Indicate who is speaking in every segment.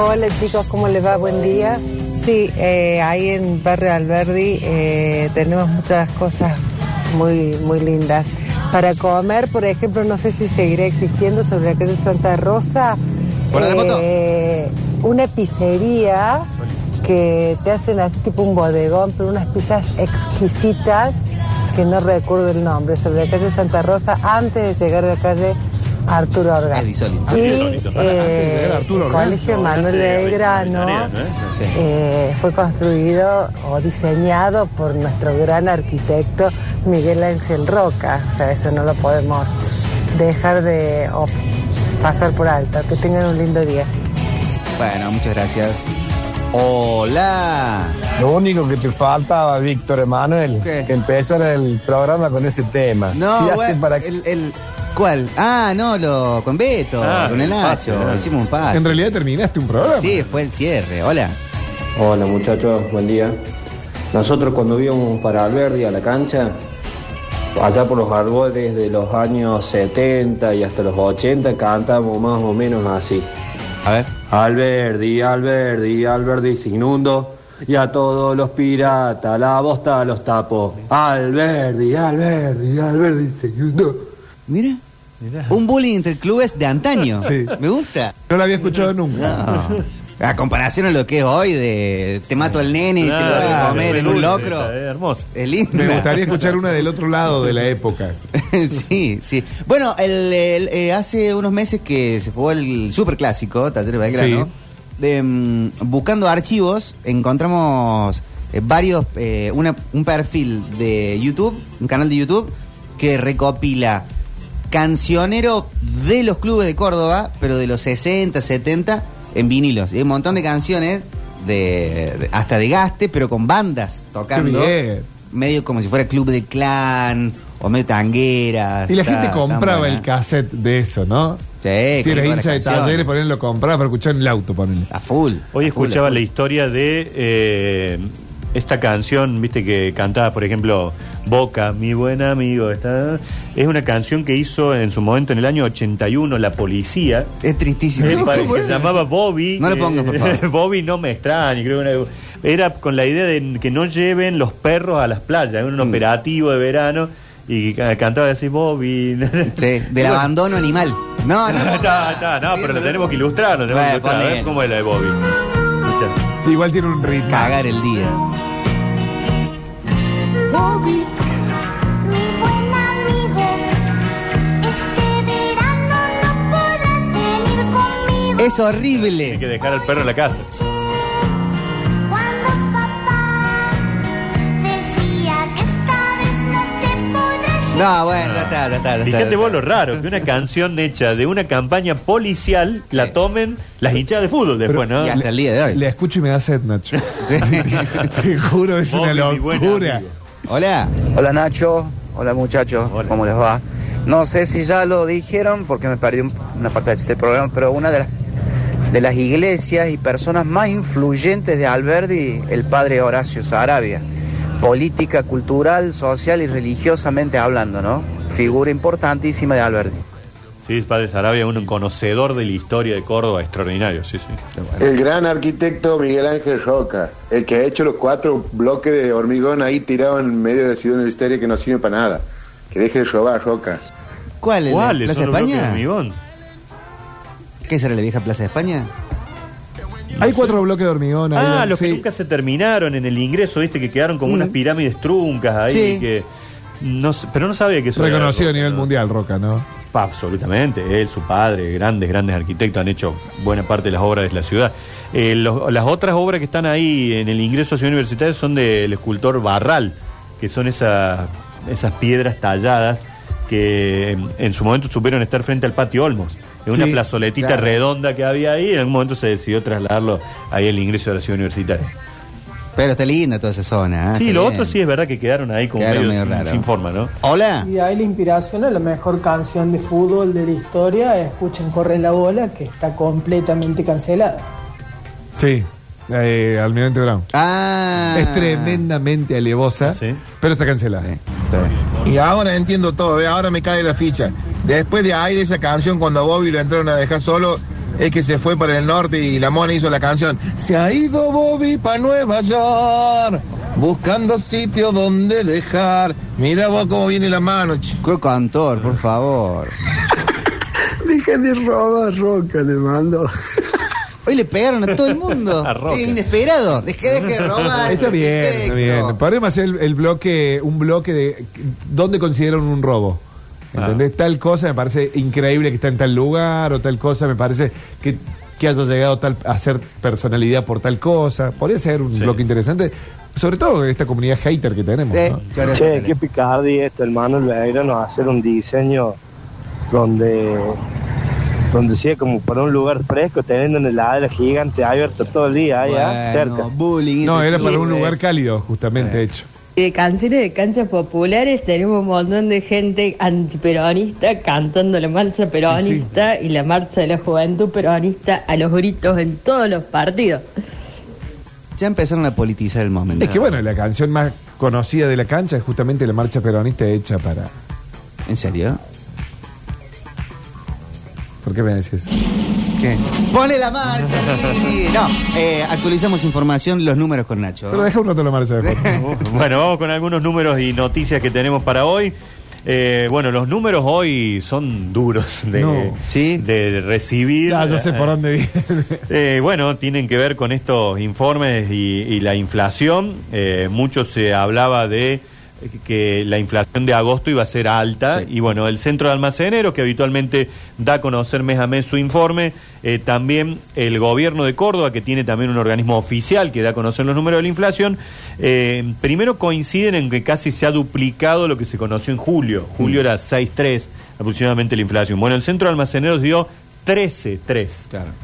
Speaker 1: Hola chicos, ¿cómo les va? Buen día. Sí, eh, ahí en Barrio Alberdi eh, tenemos muchas cosas muy, muy lindas. Para comer, por ejemplo, no sé si seguirá existiendo sobre la calle Santa Rosa.
Speaker 2: ¿Guarda la moto?
Speaker 1: eh, una pizzería que te hacen así tipo un bodegón, pero unas pizzas exquisitas que no recuerdo el nombre, sobre la calle Santa Rosa, antes de llegar a la calle Arturo Orgaz.
Speaker 2: Eddie Solito.
Speaker 1: Y
Speaker 3: Arturo Solito. Para,
Speaker 1: eh,
Speaker 3: antes de llegar a Arturo
Speaker 1: el
Speaker 3: Orgaz,
Speaker 1: colegio
Speaker 3: no,
Speaker 1: Manuel
Speaker 3: antes de llegar a
Speaker 1: Belgrano
Speaker 3: Avellaneda, ¿no?
Speaker 2: Sí.
Speaker 1: eh, fue construido o diseñado por nuestro gran arquitecto Miguel Ángel Roca. O sea, eso no lo podemos dejar de o pasar por alto. Que tengan un lindo día.
Speaker 2: Bueno, muchas gracias. Hola.
Speaker 4: Lo único que te faltaba, Víctor Emanuel,
Speaker 2: ¿Qué?
Speaker 4: que empezara el programa con ese tema.
Speaker 2: No,
Speaker 4: ¿Qué hacen
Speaker 2: bueno,
Speaker 4: para
Speaker 2: el, el- ¿Cuál? Ah, no, lo con Beto,
Speaker 3: Ah,
Speaker 2: con el
Speaker 3: el pase,
Speaker 2: Nacho.
Speaker 3: claro.
Speaker 2: Hicimos un pase.
Speaker 5: En realidad terminaste un programa.
Speaker 2: Sí, fue el cierre. Hola.
Speaker 6: Hola muchachos, buen día. Nosotros cuando íbamos para Alberdi a la cancha, allá por los árboles de los años 70 y hasta los 80 cantábamos más o menos así.
Speaker 2: A ver.
Speaker 6: Alberdi, Alberdi, Alberdi se inundo y a todos los piratas la bosta los tapó. Alberdi, Alberdi, Alberdi se inundó.
Speaker 2: Mira. Un bullying entre clubes de antaño.
Speaker 5: Sí.
Speaker 2: Me gusta.
Speaker 5: No lo había escuchado nunca.
Speaker 2: No. A comparación a lo que es hoy de te mato al nene y te lo doy de
Speaker 3: Claro,
Speaker 2: comer
Speaker 3: qué
Speaker 2: en un
Speaker 3: dulce
Speaker 2: locro.
Speaker 3: esa, eh, hermoso.
Speaker 2: Es lindo.
Speaker 5: Me gustaría escuchar una del otro lado de la época.
Speaker 2: sí, sí. Bueno, el, el, eh, hace unos meses que se jugó el superclásico, Talleres Belgrano.
Speaker 5: Sí.
Speaker 2: De, mm, buscando archivos, encontramos eh, varios, eh, una- un perfil de YouTube, un canal de YouTube, que recopila cancionero de los clubes de Córdoba, pero de los 60, 70, en vinilos. Y hay un montón de canciones, de, de- hasta de gaste, pero con bandas tocando
Speaker 5: bien.
Speaker 2: medio como si fuera club de clan o medio tanguera.
Speaker 5: Y la
Speaker 2: Está-
Speaker 5: gente
Speaker 2: está
Speaker 5: compraba
Speaker 2: buena.
Speaker 5: el cassette de eso, ¿no?
Speaker 2: Sí,
Speaker 5: si
Speaker 2: con todas
Speaker 5: era hincha de
Speaker 2: las canciones.
Speaker 5: talleres, ponerlo lo compraba para escuchar en el auto, ponele.
Speaker 2: A full.
Speaker 3: Hoy
Speaker 2: a full,
Speaker 3: escuchaba
Speaker 2: a full.
Speaker 3: la historia de eh, esta canción, viste que cantaba, por ejemplo, Boca, mi buen amigo. Está, es una canción que hizo en su momento en el año 81 la policía.
Speaker 2: Es tristísimo.
Speaker 3: Eh, para- que se llamaba Bobby.
Speaker 2: No lo pongas, por favor.
Speaker 3: Bobby no me extraña. Creo que una- era con la idea de que no lleven los perros a las playas. Era un
Speaker 2: Mm.
Speaker 3: operativo de verano y ca- cantaba así Bobby.
Speaker 2: Sí, del abandono animal. No, no, no.
Speaker 3: Está, está, no, pero lo tenemos que ilustrar. Lo tenemos que
Speaker 2: Bueno,
Speaker 3: ilustrar. A ver
Speaker 2: ponle.
Speaker 3: cómo es la de Bobby. Escuchá.
Speaker 5: Igual tiene un ritmo.
Speaker 2: Cagar el día.
Speaker 7: Bobby, mi buen amigo, este verano no podrás venir conmigo.
Speaker 5: Eh.
Speaker 2: Es
Speaker 3: Hay que
Speaker 2: horrible.
Speaker 3: dejar al perro en la casa.
Speaker 7: Cuando papá decía que esta vez no te podrás
Speaker 2: No, bueno, ya está, ya está. ya está, ya
Speaker 3: Fíjate
Speaker 2: está.
Speaker 3: vos lo raro, que una canción hecha de una campaña policial la
Speaker 2: Sí.
Speaker 3: tomen las hinchadas de fútbol después, ¿no?
Speaker 2: Y hasta el día de
Speaker 5: La
Speaker 2: hoy.
Speaker 5: escucho y me da sed, Nacho.
Speaker 2: Sí.
Speaker 5: Te juro, es una
Speaker 3: Bobby, mi buen
Speaker 5: locura.
Speaker 3: amigo.
Speaker 2: Hola.
Speaker 8: Hola Nacho, hola muchachos,
Speaker 3: Hola.
Speaker 8: ¿cómo les va? No sé si ya lo dijeron porque me perdí un- una parte de este programa, pero una de las, de las iglesias y personas más influyentes de Alberdi, el padre Horacio Sarabia, política, cultural, social y religiosamente hablando, ¿no? Figura importantísima de Alberdi.
Speaker 3: Sí, Padre Sarabia, un conocedor de la historia de Córdoba extraordinario, sí, sí.
Speaker 9: El gran arquitecto Miguel Ángel Roca, el que ha hecho los cuatro bloques de hormigón ahí tirados en medio de la ciudad universitaria que no sirve para nada. Que deje de robar Roca.
Speaker 2: ¿Cuál? es? ¿La
Speaker 3: ¿Cuáles
Speaker 2: ¿Plaza
Speaker 3: son los bloques de
Speaker 2: España?
Speaker 3: hormigón?
Speaker 2: ¿Qué será la vieja Plaza de España?
Speaker 5: Hay cuatro bloques de hormigón. ahí,
Speaker 3: Ah,
Speaker 5: ¿no?
Speaker 3: los que
Speaker 5: Sí.
Speaker 3: nunca se terminaron en el ingreso, viste, que quedaron como
Speaker 2: Mm.
Speaker 3: unas pirámides truncas ahí,
Speaker 2: Sí.
Speaker 3: que no sé- pero no sabía que eso era
Speaker 5: Reconocido a
Speaker 3: algo,
Speaker 5: nivel
Speaker 3: ¿no?
Speaker 5: mundial, Roca, ¿no?
Speaker 3: Pa, Absolutamente, él, su padre, grandes, grandes arquitectos han hecho buena parte de las obras de la ciudad. Eh, los- las otras obras que están ahí en el ingreso a Ciudad Universitaria son del escultor Barral, que son esas, esas piedras talladas que en, en su momento supieron estar frente al patio Olmos. En una
Speaker 5: Sí,
Speaker 3: plazoletita
Speaker 2: claro.
Speaker 3: redonda que había ahí, en algún momento se decidió trasladarlo ahí al ingreso de la Ciudad Universitaria.
Speaker 2: Pero está linda toda esa zona. ¿eh?
Speaker 3: sí,
Speaker 2: Está
Speaker 3: lo
Speaker 2: bien.
Speaker 3: otro sí es verdad que quedaron ahí como
Speaker 2: Quedaron
Speaker 3: medio
Speaker 2: medio
Speaker 3: sin,
Speaker 2: raro.
Speaker 3: sin forma, ¿no?
Speaker 2: Hola.
Speaker 10: Y ahí la inspiración a la mejor canción de fútbol de la historia, escuchen Corre la bola, que está completamente cancelada.
Speaker 5: Sí. Eh, Almirante Brown.
Speaker 2: Ah.
Speaker 5: Es tremendamente alevosa,
Speaker 3: Sí.
Speaker 5: pero está cancelada.
Speaker 2: Sí, está bien.
Speaker 4: Y ahora entiendo todo, ¿eh? ahora me cae la ficha. Después de ahí de esa canción, cuando a Bobby lo entraron a dejar solo,
Speaker 11: es que se fue para el norte y la mona hizo la canción. Se ha ido Bobby para Nueva York, buscando sitio donde dejar. Mira vos cómo viene la mano, chico.
Speaker 2: Cantor, por favor.
Speaker 12: Deja de robar roca, le mando.
Speaker 2: Hoy le pegaron a todo el mundo.
Speaker 5: A Roca.
Speaker 2: Es inesperado. Deje, deje de robar.
Speaker 5: Está bien, está bien. Podríamos hacer el, el bloque, un bloque de dónde consideran un robo. ¿Entendés? Tal cosa me parece increíble que está en tal lugar, o tal cosa me parece que, que haya llegado tal, a ser personalidad por tal cosa. Podría ser un bloque interesante, sobre todo en esta comunidad hater que tenemos. ¿no?
Speaker 13: Che, qué picardía esto, hermano. El Beira nos va a hacer un diseño donde donde sea como para un lugar fresco, teniendo una heladera gigante abierta todo el día
Speaker 12: ah?
Speaker 13: allá
Speaker 2: Bueno,
Speaker 13: cerca.
Speaker 5: No, era para un lugar cálido, justamente hecho.
Speaker 14: Y de canciones de canchas populares tenemos un montón de gente antiperonista cantando la marcha peronista y la marcha de la juventud peronista a los gritos en todos los partidos.
Speaker 2: Ya empezaron a politizar el momento.
Speaker 5: Es que bueno, la canción más conocida de la cancha es justamente la marcha peronista hecha para.
Speaker 2: ¿En serio?
Speaker 5: ¿Por qué me decís?
Speaker 2: ¿Qué? Pone la marcha, Rini. No, eh, actualizamos información, los números con Nacho. ¿eh?
Speaker 5: Pero deja un rato la marcha de fondo.
Speaker 3: Bueno, vamos con algunos números y noticias que tenemos para hoy. Eh, bueno, los números hoy son duros de,
Speaker 5: No.
Speaker 3: de recibir.
Speaker 5: Ya, yo sé por dónde viene.
Speaker 3: Eh, bueno, tienen que ver con estos informes y, y la inflación. Eh, mucho se hablaba de que la inflación de agosto iba a ser alta y bueno, el centro de almaceneros que habitualmente da a conocer mes a mes su informe, eh, también el gobierno de Córdoba que tiene también un organismo oficial que da a conocer los números de la inflación, eh, primero coinciden en que casi se ha duplicado lo que se conoció en julio, julio era 6.3 aproximadamente la inflación, bueno, el centro de almaceneros dio 13.3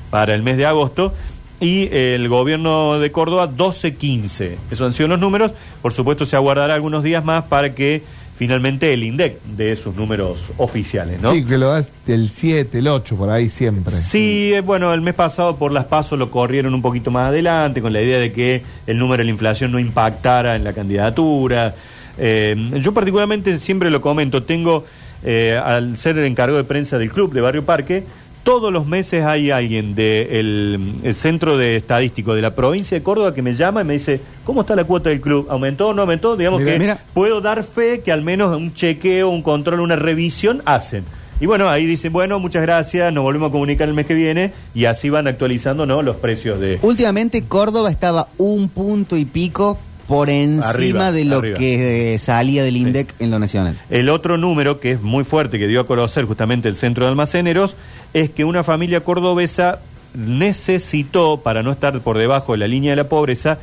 Speaker 3: para el mes de agosto y el gobierno de Córdoba 12.15. Esos han sido los números. Por supuesto, se aguardará algunos días más para que finalmente el INDEC dé sus números oficiales, ¿no?
Speaker 5: Sí, que lo das el 7, el 8, por ahí siempre.
Speaker 3: Sí, eh, bueno, el mes pasado por las pasos lo corrieron un poquito más adelante con la idea de que el número de la inflación no impactara en la candidatura. Eh, yo particularmente siempre lo comento, tengo, eh, al ser el encargo de prensa del club de Barrio Parque, todos los meses hay alguien del centro de estadístico de la provincia de Córdoba que me llama y me dice, ¿cómo está la cuota del club? ¿Aumentó o no aumentó? Digamos
Speaker 5: Mira,
Speaker 3: que
Speaker 5: mira.
Speaker 3: puedo dar fe que al menos un chequeo, un control, una revisión hacen. Y bueno, ahí dicen, bueno, muchas gracias, nos volvemos a comunicar el mes que viene y así van actualizando ¿no? los precios de...
Speaker 2: Últimamente Córdoba estaba un punto y pico por encima
Speaker 3: Arriba,
Speaker 2: de lo
Speaker 3: arriba.
Speaker 2: que eh, salía del INDEC en lo nacional.
Speaker 3: El otro número que es muy fuerte, que dio a conocer justamente el Centro de Almaceneros, es que una familia cordobesa necesitó, para no estar por debajo de la línea de la pobreza,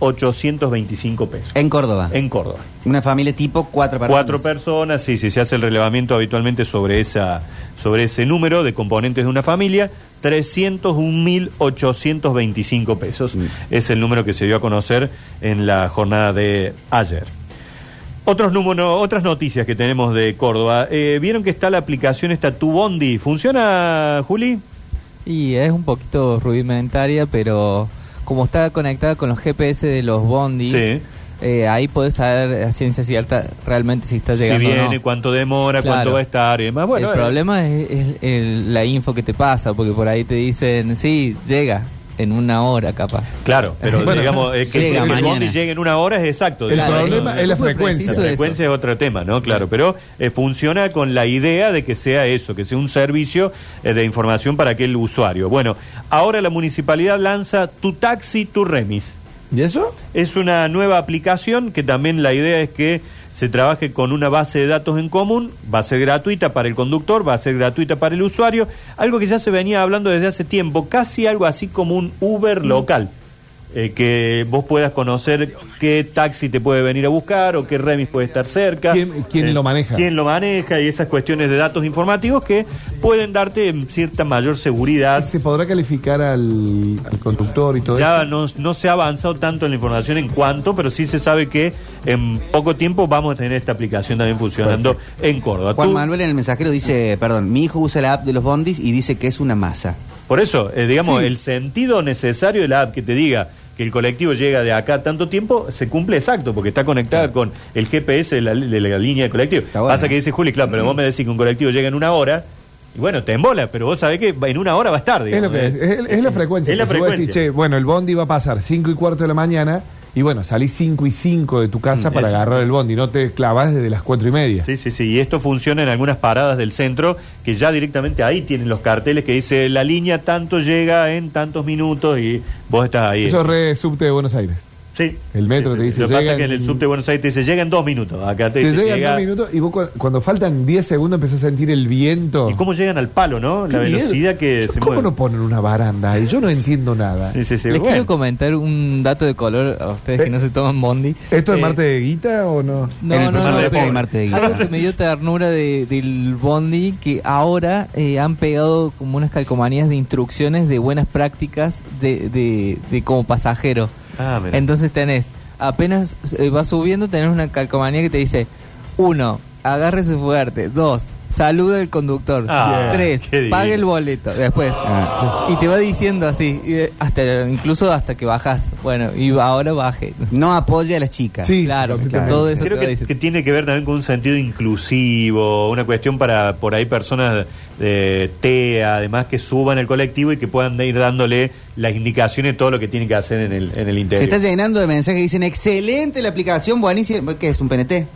Speaker 3: 301.825 pesos.
Speaker 2: En Córdoba.
Speaker 3: En Córdoba.
Speaker 2: Una familia tipo cuatro personas.
Speaker 3: Cuatro personas, sí, sí, se hace el relevamiento habitualmente sobre esa sobre ese número de componentes de una familia, 301.825 pesos. Es el número que se dio a conocer en la jornada de ayer. Otros número, otras noticias que tenemos de Córdoba. Eh, ¿Vieron que está la aplicación esta Tu Bondi? ¿Funciona, Juli?
Speaker 15: Y es un poquito rudimentaria, pero como está conectada con los GPS de los bondis,
Speaker 3: Sí.
Speaker 15: eh, ahí podés saber a ciencia cierta realmente si está llegando
Speaker 3: si
Speaker 15: o no.
Speaker 3: viene, cuánto demora,
Speaker 15: Claro.
Speaker 3: cuánto va a estar y demás. Bueno,
Speaker 15: el
Speaker 3: eh,
Speaker 15: problema es, es el- la info que te pasa, porque por ahí te dicen, sí, llega en una hora capaz.
Speaker 3: eh, Claro, pero digamos, eh, que
Speaker 15: Llega
Speaker 3: el
Speaker 15: mañana.
Speaker 3: bondi llegue en una hora es exacto.
Speaker 15: El problema es la
Speaker 3: súper
Speaker 15: frecuencia.
Speaker 3: preciso La frecuencia es otro tema, ¿no? Claro, pero eh, funciona con la idea de que sea eso, que sea un servicio eh, de información para aquel usuario. Bueno, ahora la municipalidad lanza Tu Taxi, Tu Remis.
Speaker 5: ¿Y eso?
Speaker 3: Es una nueva aplicación que también la idea es que se trabaje con una base de datos en común, va a ser gratuita para el conductor, va a ser gratuita para el usuario, algo que ya se venía hablando desde hace tiempo, casi algo así como un Uber
Speaker 5: Mm.
Speaker 3: local, eh, que vos puedas conocer qué taxi te puede venir a buscar o qué remis puede estar cerca. eh,
Speaker 5: ¿Quién- quién lo maneja?
Speaker 3: ¿Quién lo maneja? Y esas cuestiones de datos informativos que pueden darte mm, cierta mayor seguridad.
Speaker 5: Ah, ¿Se podrá calificar al, al conductor y todo eso?
Speaker 3: Ya no, no se ha avanzado tanto en la información en cuanto, pero sí se sabe que en poco tiempo vamos a tener esta aplicación también funcionando en Córdoba.
Speaker 2: Juan
Speaker 3: Tú-
Speaker 2: Manuel en el mensajero dice, perdón, mi hijo usa la app de los bondis y dice que es una masa.
Speaker 3: Por eso, eh, digamos,
Speaker 2: Sí.
Speaker 3: el sentido necesario de la app que te diga que el colectivo llega de acá tanto tiempo, se cumple exacto, porque está conectada con el GPS de la, de la línea de colectivo.
Speaker 2: bueno.
Speaker 3: Pasa que dice Juli, claro, pero vos me decís que un colectivo llega en una hora, Y bueno, te embola, pero vos sabés que va- en una hora va a estar. ¿eh?
Speaker 5: Es, lo que es, es- es la frecuencia.
Speaker 3: Es la
Speaker 5: Entonces vos
Speaker 3: frecuencia.
Speaker 5: decís, che, bueno, el bondi va a pasar 5 y cuarto de la mañana y bueno, salís 5 y 5 de tu casa
Speaker 3: Mm,
Speaker 5: para
Speaker 3: eso.
Speaker 5: agarrar el bondi. No te clavas desde las 4 y media.
Speaker 3: Sí, sí, sí. Y esto funciona en algunas paradas del centro que ya directamente ahí tienen los carteles que dice la línea tanto llega en tantos minutos y vos estás ahí.
Speaker 5: Eso es re subte de Buenos Aires.
Speaker 3: Sí.
Speaker 5: El metro te dice,
Speaker 3: Lo que pasa
Speaker 5: llega
Speaker 3: es que en el
Speaker 5: en-
Speaker 3: subte de Buenos Aires te dice llega en dos minutos. Acá te,
Speaker 5: Te
Speaker 3: dice
Speaker 5: llegan
Speaker 3: llega.
Speaker 5: 2 minutos y vos cu- cuando faltan 10 segundos empezás a sentir el viento. ¿Y
Speaker 3: cómo llegan al palo, no? La velocidad que se
Speaker 5: ¿Cómo
Speaker 3: mueve.
Speaker 5: no ponen una baranda ahí? Yo no entiendo nada.
Speaker 3: Sí, sí, sí.
Speaker 15: Les
Speaker 5: bueno. Eh,
Speaker 15: quiero comentar un dato de color a ustedes que no se toman bondi.
Speaker 5: ¿Esto es
Speaker 15: Eh,
Speaker 5: Marte de Guita o no?
Speaker 15: No, no, no, pero Algo que me dio ternura de- del Bondi, que ahora eh, han pegado como unas calcomanías de instrucciones de buenas prácticas de, de- de como pasajero.
Speaker 3: Ah, mira.
Speaker 15: Entonces tenés, apenas eh, vas subiendo, tenés una calcomanía que te dice, uno, agárrese fuerte, dos, saluda al conductor,
Speaker 3: Ah,
Speaker 15: tres,
Speaker 3: qué divino. Ah.
Speaker 15: pague el boleto, después. Y te va diciendo así, y, eh, hasta incluso hasta que bajas. Bueno, y ahora baje.
Speaker 2: No apoya a las chicas.
Speaker 15: Sí, Claro, completamente. todo eso
Speaker 3: Creo
Speaker 15: te va
Speaker 3: que, que tiene que ver también con un sentido inclusivo, una cuestión para por ahí personas eh, TEA, además que suban al colectivo y que puedan ir dándole las indicaciones de todo lo que tienen que hacer en el, en el
Speaker 2: Se
Speaker 3: interior.
Speaker 2: está llenando de mensajes que dicen, excelente la aplicación, buenísima. ¿Qué es? ¿Un PNT?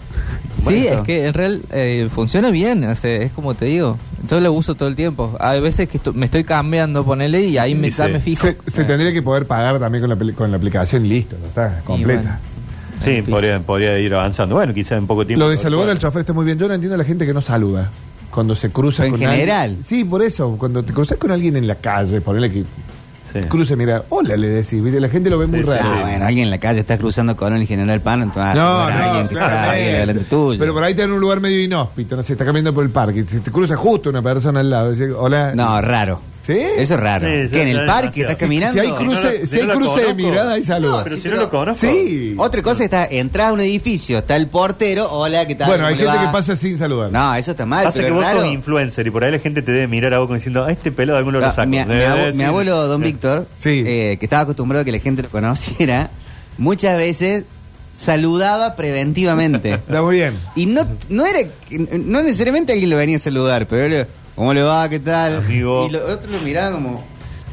Speaker 15: Sí, es que en real eh, funciona bien, o sea, es como te digo, yo lo uso todo el tiempo. Hay veces que estu- me estoy cambiando, ponele, y ahí me, ya me fijo. Eh,
Speaker 5: Se, se tendría que poder pagar también con la, peli- con la aplicación, listo, ya está, completa.
Speaker 3: Sí, podría, podría ir avanzando. Bueno, quizás en poco tiempo.
Speaker 5: Lo de saludar al chofer está muy bien. Yo no entiendo a la gente que no saluda cuando se cruza
Speaker 3: En
Speaker 5: con
Speaker 3: general.
Speaker 5: alguien. Sí, por eso. Cuando te cruzas con alguien en la calle, ponele que cruce, mira, hola, le decís. ¿viste? La gente lo ve muy raro.
Speaker 2: Ah, bueno, alguien en la calle está cruzando con el general Pan, entonces
Speaker 5: No,
Speaker 2: bueno,
Speaker 5: no,
Speaker 2: alguien que está ahí
Speaker 5: claramente.
Speaker 2: delante tuyo.
Speaker 5: Pero por ahí está en un lugar medio inhóspito, no sé, está caminando por el parque. Si te cruza justo una persona al lado, decís, hola.
Speaker 2: No, raro.
Speaker 5: ¿Sí?
Speaker 2: Eso es raro.
Speaker 5: Sí, sí,
Speaker 2: que en el
Speaker 5: sí,
Speaker 2: parque
Speaker 5: demasiado.
Speaker 2: estás caminando.
Speaker 5: Si hay cruce- Si no lo- si si hay no lo cruce de conozco. mirada, hay saludos. No, Pero sí, si no pero- lo conozco.
Speaker 2: Sí. Otra cosa está, entras a un edificio, está el portero, hola, ¿qué tal?
Speaker 5: Bueno, hay
Speaker 2: ¿Cómo le
Speaker 5: gente
Speaker 2: va?
Speaker 5: que pasa sin saludar.
Speaker 2: No, eso está mal,
Speaker 3: Pasa
Speaker 2: pero
Speaker 3: que
Speaker 2: es
Speaker 3: vos
Speaker 2: raro.
Speaker 3: sos influencer y por ahí la gente te debe mirar a vos como diciendo, a este pelado de algún
Speaker 2: No,
Speaker 3: lo saco.
Speaker 2: mi, mi
Speaker 3: Debe
Speaker 2: abu- mi
Speaker 3: decir-
Speaker 2: abuelo, don
Speaker 3: Sí.
Speaker 2: Víctor, eh, que estaba acostumbrado a que la gente lo conociera, muchas veces saludaba preventivamente.
Speaker 5: Está muy bien.
Speaker 2: Y no, no era, no necesariamente alguien lo venía a saludar, pero era, ¿cómo le va? ¿Qué tal?
Speaker 3: Amigo.
Speaker 2: Y los otros lo miraban como,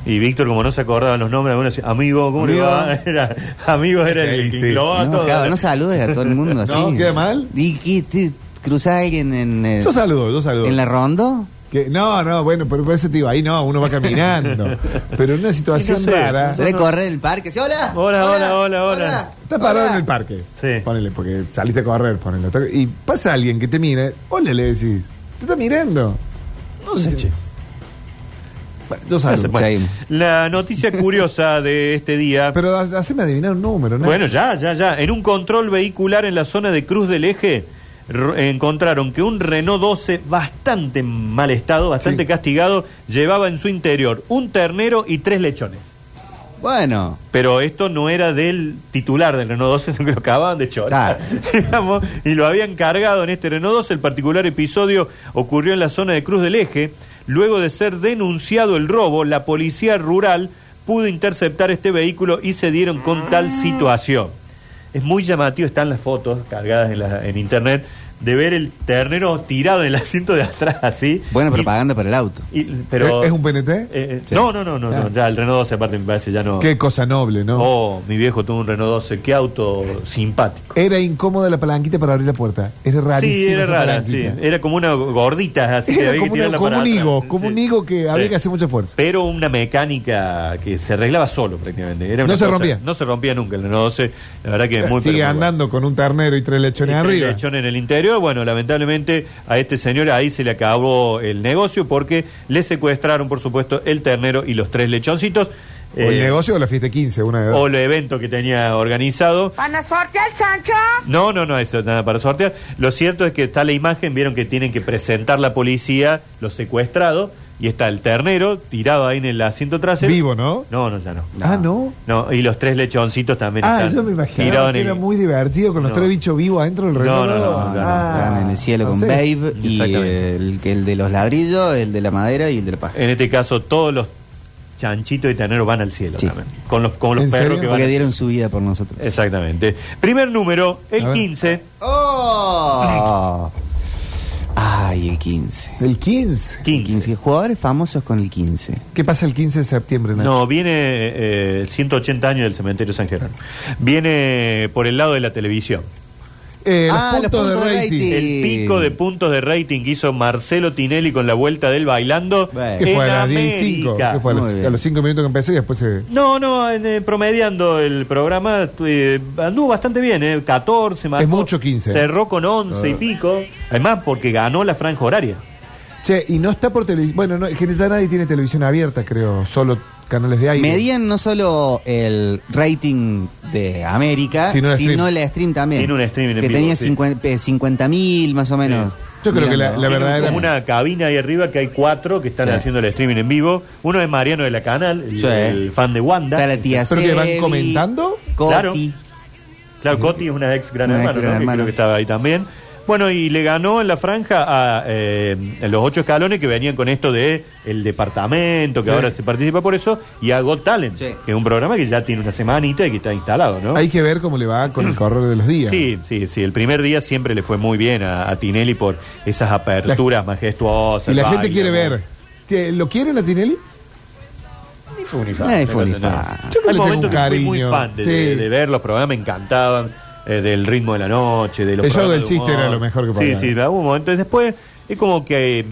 Speaker 3: Y Víctor, como no se acordaban los nombres, algunos decían, amigo, ¿cómo le
Speaker 2: Amigo.
Speaker 3: va? Era, amigo era el que englobaba
Speaker 2: no,
Speaker 3: todo.
Speaker 2: claro, no saludes a todo el mundo así.
Speaker 5: No, queda mal.
Speaker 2: ¿Y qué te cruzás a alguien en. eh,
Speaker 5: Yo saludo, yo saludo.
Speaker 2: ¿En la rondo?
Speaker 5: Que, no, no, bueno, pero por eso te digo, ahí no, uno va caminando. pero en una situación
Speaker 2: Y no sé,
Speaker 5: rara.
Speaker 2: Se le corre en el parque. Sí, hola.
Speaker 3: Hola, hola, hola, hola.
Speaker 5: Está parado en el parque. Ponele, porque saliste a correr, ponele. Y pasa alguien que te mire, hola, le decís, te está mirando. No sé, che. Yo saludo.
Speaker 3: Bueno, la noticia curiosa de este día.
Speaker 5: Pero ha- haceme adivinar un número, ¿no?
Speaker 3: Bueno, ya, ya, ya. En un control vehicular en la zona de Cruz del Eje r- encontraron que un Renault 12 bastante en mal estado, bastante castigado, llevaba en su interior un ternero y tres lechones.
Speaker 2: Bueno.
Speaker 3: Pero esto no era del titular del Renault 12, sino que lo acababan de chorar. Digamos, y lo habían cargado en este Renault 12. El particular episodio ocurrió en la zona de Cruz del Eje. Luego de ser denunciado el robo, la policía rural pudo interceptar este vehículo y se dieron con tal situación. Es muy llamativo, están las fotos cargadas en, la- en internet, de ver el ternero tirado en el asiento de atrás, así.
Speaker 2: Buena propaganda para el auto.
Speaker 3: Y- pero,
Speaker 5: ¿Es es un PNT?
Speaker 3: eh, eh,
Speaker 5: Sí.
Speaker 3: No, no, no, no, no, ya el Renault 12 aparte me parece ya no...
Speaker 5: Qué cosa noble, ¿no?
Speaker 3: Oh, mi viejo tuvo un Renault 12, qué auto simpático.
Speaker 5: Era incómoda la palanquita para abrir la puerta. Era rarísima.
Speaker 3: sí, era
Speaker 5: esa
Speaker 3: rara, sí.
Speaker 5: palanquita.
Speaker 3: Era como una gordita, así que
Speaker 5: Era
Speaker 3: había que
Speaker 5: como, una-
Speaker 3: tirarla
Speaker 5: como
Speaker 3: para
Speaker 5: un
Speaker 3: atrás.
Speaker 5: higo, como un higo que había
Speaker 3: Sí.
Speaker 5: que hacer mucha fuerza.
Speaker 3: Pero una mecánica que se arreglaba solo prácticamente. Era
Speaker 5: No
Speaker 3: una
Speaker 5: se
Speaker 3: cosa-
Speaker 5: rompía.
Speaker 3: No se rompía nunca el Renault 12. La verdad que es muy
Speaker 5: Sigue
Speaker 3: pero muy bueno.
Speaker 5: andando con un ternero y tres lechones
Speaker 3: Este
Speaker 5: arriba.
Speaker 3: lechón en el interior. Bueno, lamentablemente a este señor ahí se le acabó el negocio porque le secuestraron, por supuesto, el ternero y los tres lechoncitos.
Speaker 5: O el
Speaker 3: Eh,
Speaker 5: negocio o la fiesta 15, una de dos.
Speaker 3: o el evento que tenía organizado.
Speaker 7: ¿Van a sortear, chancho?
Speaker 3: No, no, no, eso es nada para sortear. Lo cierto es que está la imagen, vieron que tienen que presentar la policía, los secuestrados, y está el ternero tirado ahí en el asiento trasero.
Speaker 5: Vivo, ¿no?
Speaker 3: No, no, ya no.
Speaker 5: Ah, ¿no?
Speaker 3: No, y los tres lechoncitos también
Speaker 5: Ah,
Speaker 3: están
Speaker 5: yo me imaginaba
Speaker 3: tirados
Speaker 5: que
Speaker 3: en
Speaker 5: era
Speaker 3: el...
Speaker 5: muy divertido con los
Speaker 3: No.
Speaker 5: tres bichos vivos adentro del
Speaker 3: No,
Speaker 5: reloj.
Speaker 3: no, no, ya no.
Speaker 5: Ah,
Speaker 2: Estaban en el cielo con
Speaker 5: no sé.
Speaker 2: Babe y eh, el, que- el de los ladrillos, el de la madera y el de la paja.
Speaker 3: En este caso, todos los chanchitos y terneros van al cielo también. Con los, con los
Speaker 2: ¿En
Speaker 3: perros
Speaker 2: serio?
Speaker 3: que van
Speaker 2: Porque
Speaker 3: al-
Speaker 2: dieron su vida por nosotros.
Speaker 3: Eh. Exactamente. Primer número, el 15.
Speaker 2: ¡Oh! Ay, el 15.
Speaker 5: ¿El 15?
Speaker 2: 15. Jugadores famosos con el 15.
Speaker 5: ¿Qué pasa el 15 de septiembre? Nacho?
Speaker 3: No, viene eh, 180 años del cementerio San Jerónimo. Viene por el lado de la televisión.
Speaker 5: Eh, los puntos de rating.
Speaker 3: El pico de puntos de rating que hizo Marcelo Tinelli con la vuelta del bailando.
Speaker 5: ¿Qué
Speaker 3: en
Speaker 5: fue a las 10 y 5?
Speaker 3: América.
Speaker 5: ¿Qué fue a los,
Speaker 3: Muy bien.
Speaker 5: a los 5 minutos que empecé y después se...
Speaker 3: No, no, en, eh, promediando el programa eh, anduvo bastante bien, eh, 14, marcó,
Speaker 5: Es mucho 15.
Speaker 3: Cerró con 11 y
Speaker 5: Ah.
Speaker 3: pico. Además, porque ganó la franja horaria.
Speaker 5: Che, y no está por televisión. Bueno, no, es que ya nadie tiene televisión abierta, creo. Solo canales de aire.
Speaker 2: Medían no solo el rating de América,
Speaker 5: Sino
Speaker 2: sino,
Speaker 5: el
Speaker 2: el
Speaker 5: stream.
Speaker 2: stream también.
Speaker 3: Tiene un stream en
Speaker 2: Que
Speaker 3: vivo,
Speaker 2: tenía
Speaker 3: sí.
Speaker 2: 50 mil más o menos.
Speaker 5: Yo creo que la- la
Speaker 2: Mirando.
Speaker 5: verdadera-
Speaker 3: Como una cabina ahí arriba que hay cuatro que están
Speaker 2: Sí.
Speaker 3: haciendo el streaming en vivo. Uno es Mariano de la Canal, el,
Speaker 2: Sí.
Speaker 3: el fan de Wanda.
Speaker 2: Está la tía
Speaker 5: Pero que van
Speaker 2: Celi,
Speaker 5: comentando.
Speaker 2: Coti.
Speaker 3: Claro. Claro, Coti es una ex gran
Speaker 2: Una ex
Speaker 3: hermano,
Speaker 2: Gran
Speaker 3: ¿no? Que
Speaker 2: Hermano.
Speaker 3: creo que estaba ahí también. Bueno, y le ganó en la franja a, eh, a los ocho escalones que venían con esto de el departamento, que
Speaker 5: Sí.
Speaker 3: ahora se participa por eso, y a Got Talent, que es un programa que ya tiene una semanita y que está instalado, ¿no?
Speaker 5: Hay que ver cómo le va con el correr de los días.
Speaker 3: Sí, sí, sí. El primer día siempre le fue muy bien a, a Tinelli por esas aperturas majestuosas.
Speaker 5: Y la gente
Speaker 3: baile,
Speaker 5: quiere
Speaker 3: ¿no?
Speaker 5: ver. Che, ¿Lo quieren a Tinelli?
Speaker 3: Ni fue un
Speaker 5: Eh,
Speaker 2: Ay, fue un infante.
Speaker 5: Yo creo que le
Speaker 3: Hay
Speaker 5: tengo
Speaker 3: momentos
Speaker 5: un
Speaker 3: que fui muy
Speaker 5: cariño.
Speaker 3: fan de,
Speaker 5: Sí.
Speaker 3: de- de ver los programas, me encantaban. eh, del ritmo de la noche, de los
Speaker 5: El show
Speaker 3: programas
Speaker 5: del
Speaker 3: de
Speaker 5: chiste
Speaker 3: humor.
Speaker 5: era lo mejor que
Speaker 3: Sí,
Speaker 5: podía.
Speaker 3: sí, en algún momento. Y después es como que eh,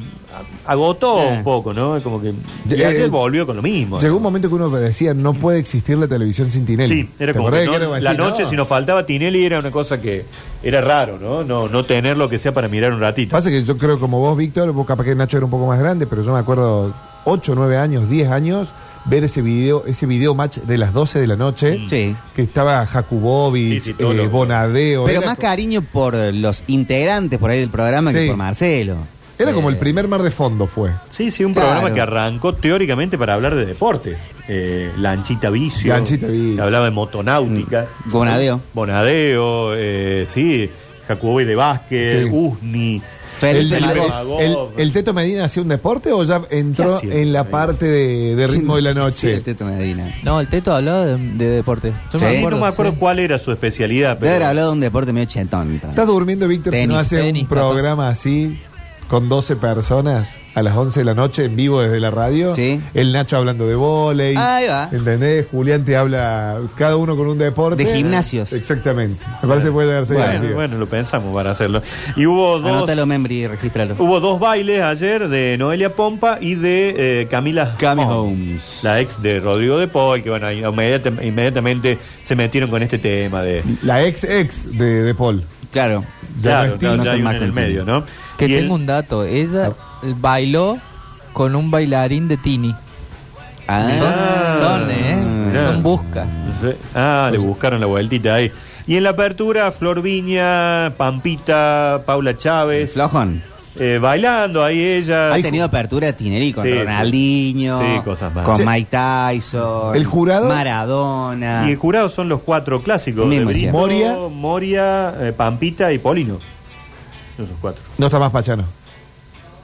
Speaker 3: agotó
Speaker 2: Eh.
Speaker 3: un poco, ¿no? Es Como que. Y
Speaker 5: Eh,
Speaker 3: ayer
Speaker 5: eh,
Speaker 3: volvió con lo mismo.
Speaker 5: Llegó un momento que uno decía, no puede existir la televisión sin Tinelli.
Speaker 3: Sí, era
Speaker 5: ¿Te
Speaker 3: como
Speaker 5: acordás
Speaker 3: que no-
Speaker 5: que era
Speaker 3: la
Speaker 5: así,
Speaker 3: noche,
Speaker 5: no?
Speaker 3: si nos faltaba Tinelli, era una cosa que era raro, ¿no? No, no tener lo que sea para mirar un ratito.
Speaker 5: Pasa que yo creo como vos, Víctor, vos capaz que Nacho era un poco más grande, pero yo me acuerdo 8, 9 años, 10 años, ver ese video, ese video match de las 12 de la noche,
Speaker 2: Mm. Sí.
Speaker 5: que estaba Jakubovic,
Speaker 3: Sí, sí, todo
Speaker 5: eh,
Speaker 3: lo-
Speaker 5: Bonadeo.
Speaker 2: Pero
Speaker 5: era
Speaker 2: más
Speaker 5: co-
Speaker 2: cariño por los integrantes por ahí del programa
Speaker 5: Sí.
Speaker 2: que por Marcelo.
Speaker 5: Era como el
Speaker 2: Eh,
Speaker 5: primer mar de fondo fue.
Speaker 3: Sí, sí, un
Speaker 2: Claro.
Speaker 3: programa que arrancó teóricamente para hablar de deportes. Eh, Lanchita Vicio.
Speaker 5: Lanchita Vicio.
Speaker 3: Hablaba de motonáutica.
Speaker 2: Bonadeo.
Speaker 3: Bonadeo, eh, sí. Jacobo de Vázquez,
Speaker 5: Sí.
Speaker 3: Usni.
Speaker 5: ¿El,
Speaker 2: Félix
Speaker 5: el-
Speaker 2: Martínez.
Speaker 3: Magov.
Speaker 5: el- el Teto Medina hacía un deporte o ya entró
Speaker 3: hacía?
Speaker 5: en la parte de, de ritmo de la
Speaker 2: Sí, este el
Speaker 5: noche?
Speaker 2: Teto Medina.
Speaker 15: No, el Teto hablaba de, de deportes. Yo
Speaker 2: Sí.
Speaker 3: Sí, no me acuerdo
Speaker 15: sí.
Speaker 3: cuál era su especialidad,
Speaker 2: Debe haber
Speaker 3: pero
Speaker 2: hablado de un deporte medio chetón.
Speaker 5: ¿Estás durmiendo, Víctor, si no
Speaker 2: Tenis,
Speaker 5: hace
Speaker 15: tenis,
Speaker 5: un
Speaker 15: capaz.
Speaker 5: programa así con 12 personas a las 11 de la noche en vivo desde la radio?
Speaker 2: Sí.
Speaker 5: El Nacho hablando de volei.
Speaker 2: Ahí va.
Speaker 5: ¿Entendés? Julián te habla cada uno con un deporte.
Speaker 2: De gimnasios.
Speaker 5: Exactamente. Me parece que puede darse
Speaker 3: bueno, bueno, lo pensamos para hacerlo. Y hubo dos,
Speaker 2: Anótalo, Membri, y regístralo.
Speaker 3: hubo dos bailes ayer de Noelia Pompa y de eh, Camila
Speaker 2: Cami
Speaker 3: Holmes.
Speaker 2: Holmes.
Speaker 3: La ex de Rodrigo de Paul, que bueno, ahí inmediata- inmediatamente se metieron con este tema de,
Speaker 5: La ex ex de, de Paul.
Speaker 2: Claro.
Speaker 5: Ya no
Speaker 3: Claro,
Speaker 5: es
Speaker 3: claro,
Speaker 5: Tim,
Speaker 3: ya
Speaker 2: no está
Speaker 3: hay un
Speaker 2: más
Speaker 3: en el
Speaker 2: contenido.
Speaker 3: medio, ¿no?
Speaker 15: Que
Speaker 3: Y
Speaker 15: tengo
Speaker 3: el-
Speaker 15: un dato. Ella eh, bailó con un bailarín de Tini. Son,
Speaker 2: Ah.
Speaker 15: son, ¿eh?
Speaker 3: mirá.
Speaker 15: Son buscas.
Speaker 3: Ah, le buscaron la vueltita ahí. Y en la apertura, Flor Viña, Pampita, Paula Chávez,
Speaker 2: Flojón.
Speaker 3: eh, bailando ahí ella.
Speaker 2: Ha tenido apertura Tinelli con
Speaker 3: Sí, sí.
Speaker 2: Ronaldinho,
Speaker 3: Sí, cosas más.
Speaker 2: con
Speaker 5: Sí.
Speaker 2: Mike Tyson,
Speaker 5: ¿El jurado?
Speaker 2: Maradona.
Speaker 3: Y el jurado son los cuatro clásicos.
Speaker 2: Mismo
Speaker 3: de
Speaker 2: decía.
Speaker 3: Brito,
Speaker 5: Moria.
Speaker 3: Moria, eh, Pampita y Polino. Esos cuatro.
Speaker 5: No está más Pachano.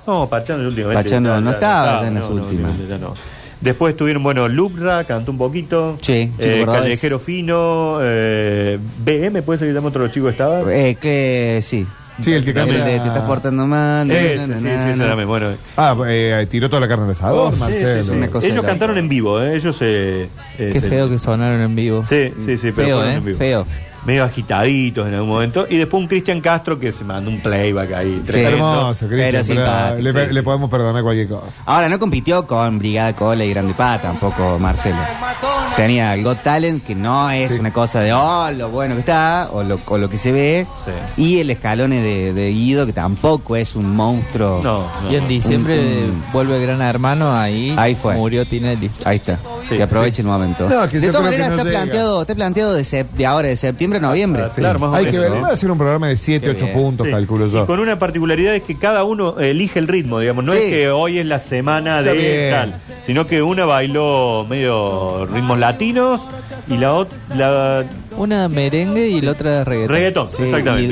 Speaker 3: No, Pachano el último.
Speaker 2: Pachano no estaba ya en las últimas.
Speaker 3: Después tuvieron, bueno, Lubra, cantó un poquito.
Speaker 2: Sí, Chico
Speaker 3: eh,
Speaker 2: Cordobés.
Speaker 3: Callejero Fino, eh, BM, puede ser que llame otro chico que estaba.
Speaker 2: Eh, que sí.
Speaker 5: Sí, el que
Speaker 2: El
Speaker 5: cambia.
Speaker 2: de te estás portando mal.
Speaker 3: Sí,
Speaker 2: na,
Speaker 3: sí,
Speaker 2: na,
Speaker 3: sí, sí,
Speaker 2: na, na.
Speaker 3: ese era mi- bueno.
Speaker 5: Ah, eh, tiró toda la carne al asador,
Speaker 2: Oh, sí,
Speaker 5: Marcelo.
Speaker 2: sí, sí, una cosa
Speaker 3: Ellos
Speaker 2: era.
Speaker 3: cantaron en vivo, ¿eh? ellos eh, eh,
Speaker 15: Qué
Speaker 3: se-
Speaker 15: feo que sonaron en vivo.
Speaker 3: Sí, sí, sí, pero
Speaker 15: Feo,
Speaker 3: fueron
Speaker 15: ¿eh?
Speaker 3: en vivo.
Speaker 15: Feo.
Speaker 3: medio agitaditos en algún momento. Y después un Cristian Castro que se mandó un playback ahí. tremendo.
Speaker 5: Hermoso, Cristian.
Speaker 2: Pero simpático,
Speaker 5: le,
Speaker 2: sí, sí.
Speaker 5: le podemos perdonar cualquier cosa.
Speaker 2: Ahora no compitió con Brigada Cola y Grande Pa tampoco Marcelo. Tenía el Got Talent, que no es
Speaker 5: Sí.
Speaker 2: una cosa de oh, lo bueno que está, o lo, o lo que se ve.
Speaker 3: Sí.
Speaker 2: Y el escalone de, de Guido, que tampoco es un monstruo.
Speaker 3: No, no.
Speaker 15: Y en diciembre vuelve Gran Hermano, ahí,
Speaker 2: Ahí fue.
Speaker 15: murió Tinelli.
Speaker 2: Ahí está.
Speaker 3: Sí,
Speaker 2: que aproveche el momento.
Speaker 5: No, que
Speaker 2: de
Speaker 5: yo creo
Speaker 2: todas
Speaker 5: que
Speaker 2: maneras,
Speaker 5: no
Speaker 2: está,
Speaker 5: llega.
Speaker 2: planteado, está planteado de, sep- de ahora, de septiembre a noviembre.
Speaker 3: Ah, Claro, más o
Speaker 5: Hay
Speaker 3: menos,
Speaker 5: que ver.
Speaker 3: ¿no?
Speaker 5: Va a ser un programa de 7,
Speaker 2: Qué
Speaker 5: 8
Speaker 2: bien.
Speaker 5: puntos,
Speaker 3: Sí.
Speaker 5: calculo yo.
Speaker 3: Y con una particularidad es que cada uno elige el ritmo, digamos. No
Speaker 2: Sí.
Speaker 3: es que hoy es la semana
Speaker 5: Está
Speaker 3: de
Speaker 5: bien.
Speaker 3: tal, sino que una bailó medio ritmos latinos y la otra.
Speaker 15: Una merengue y la otra reggaetón.
Speaker 3: Reggaetón,
Speaker 2: Sí,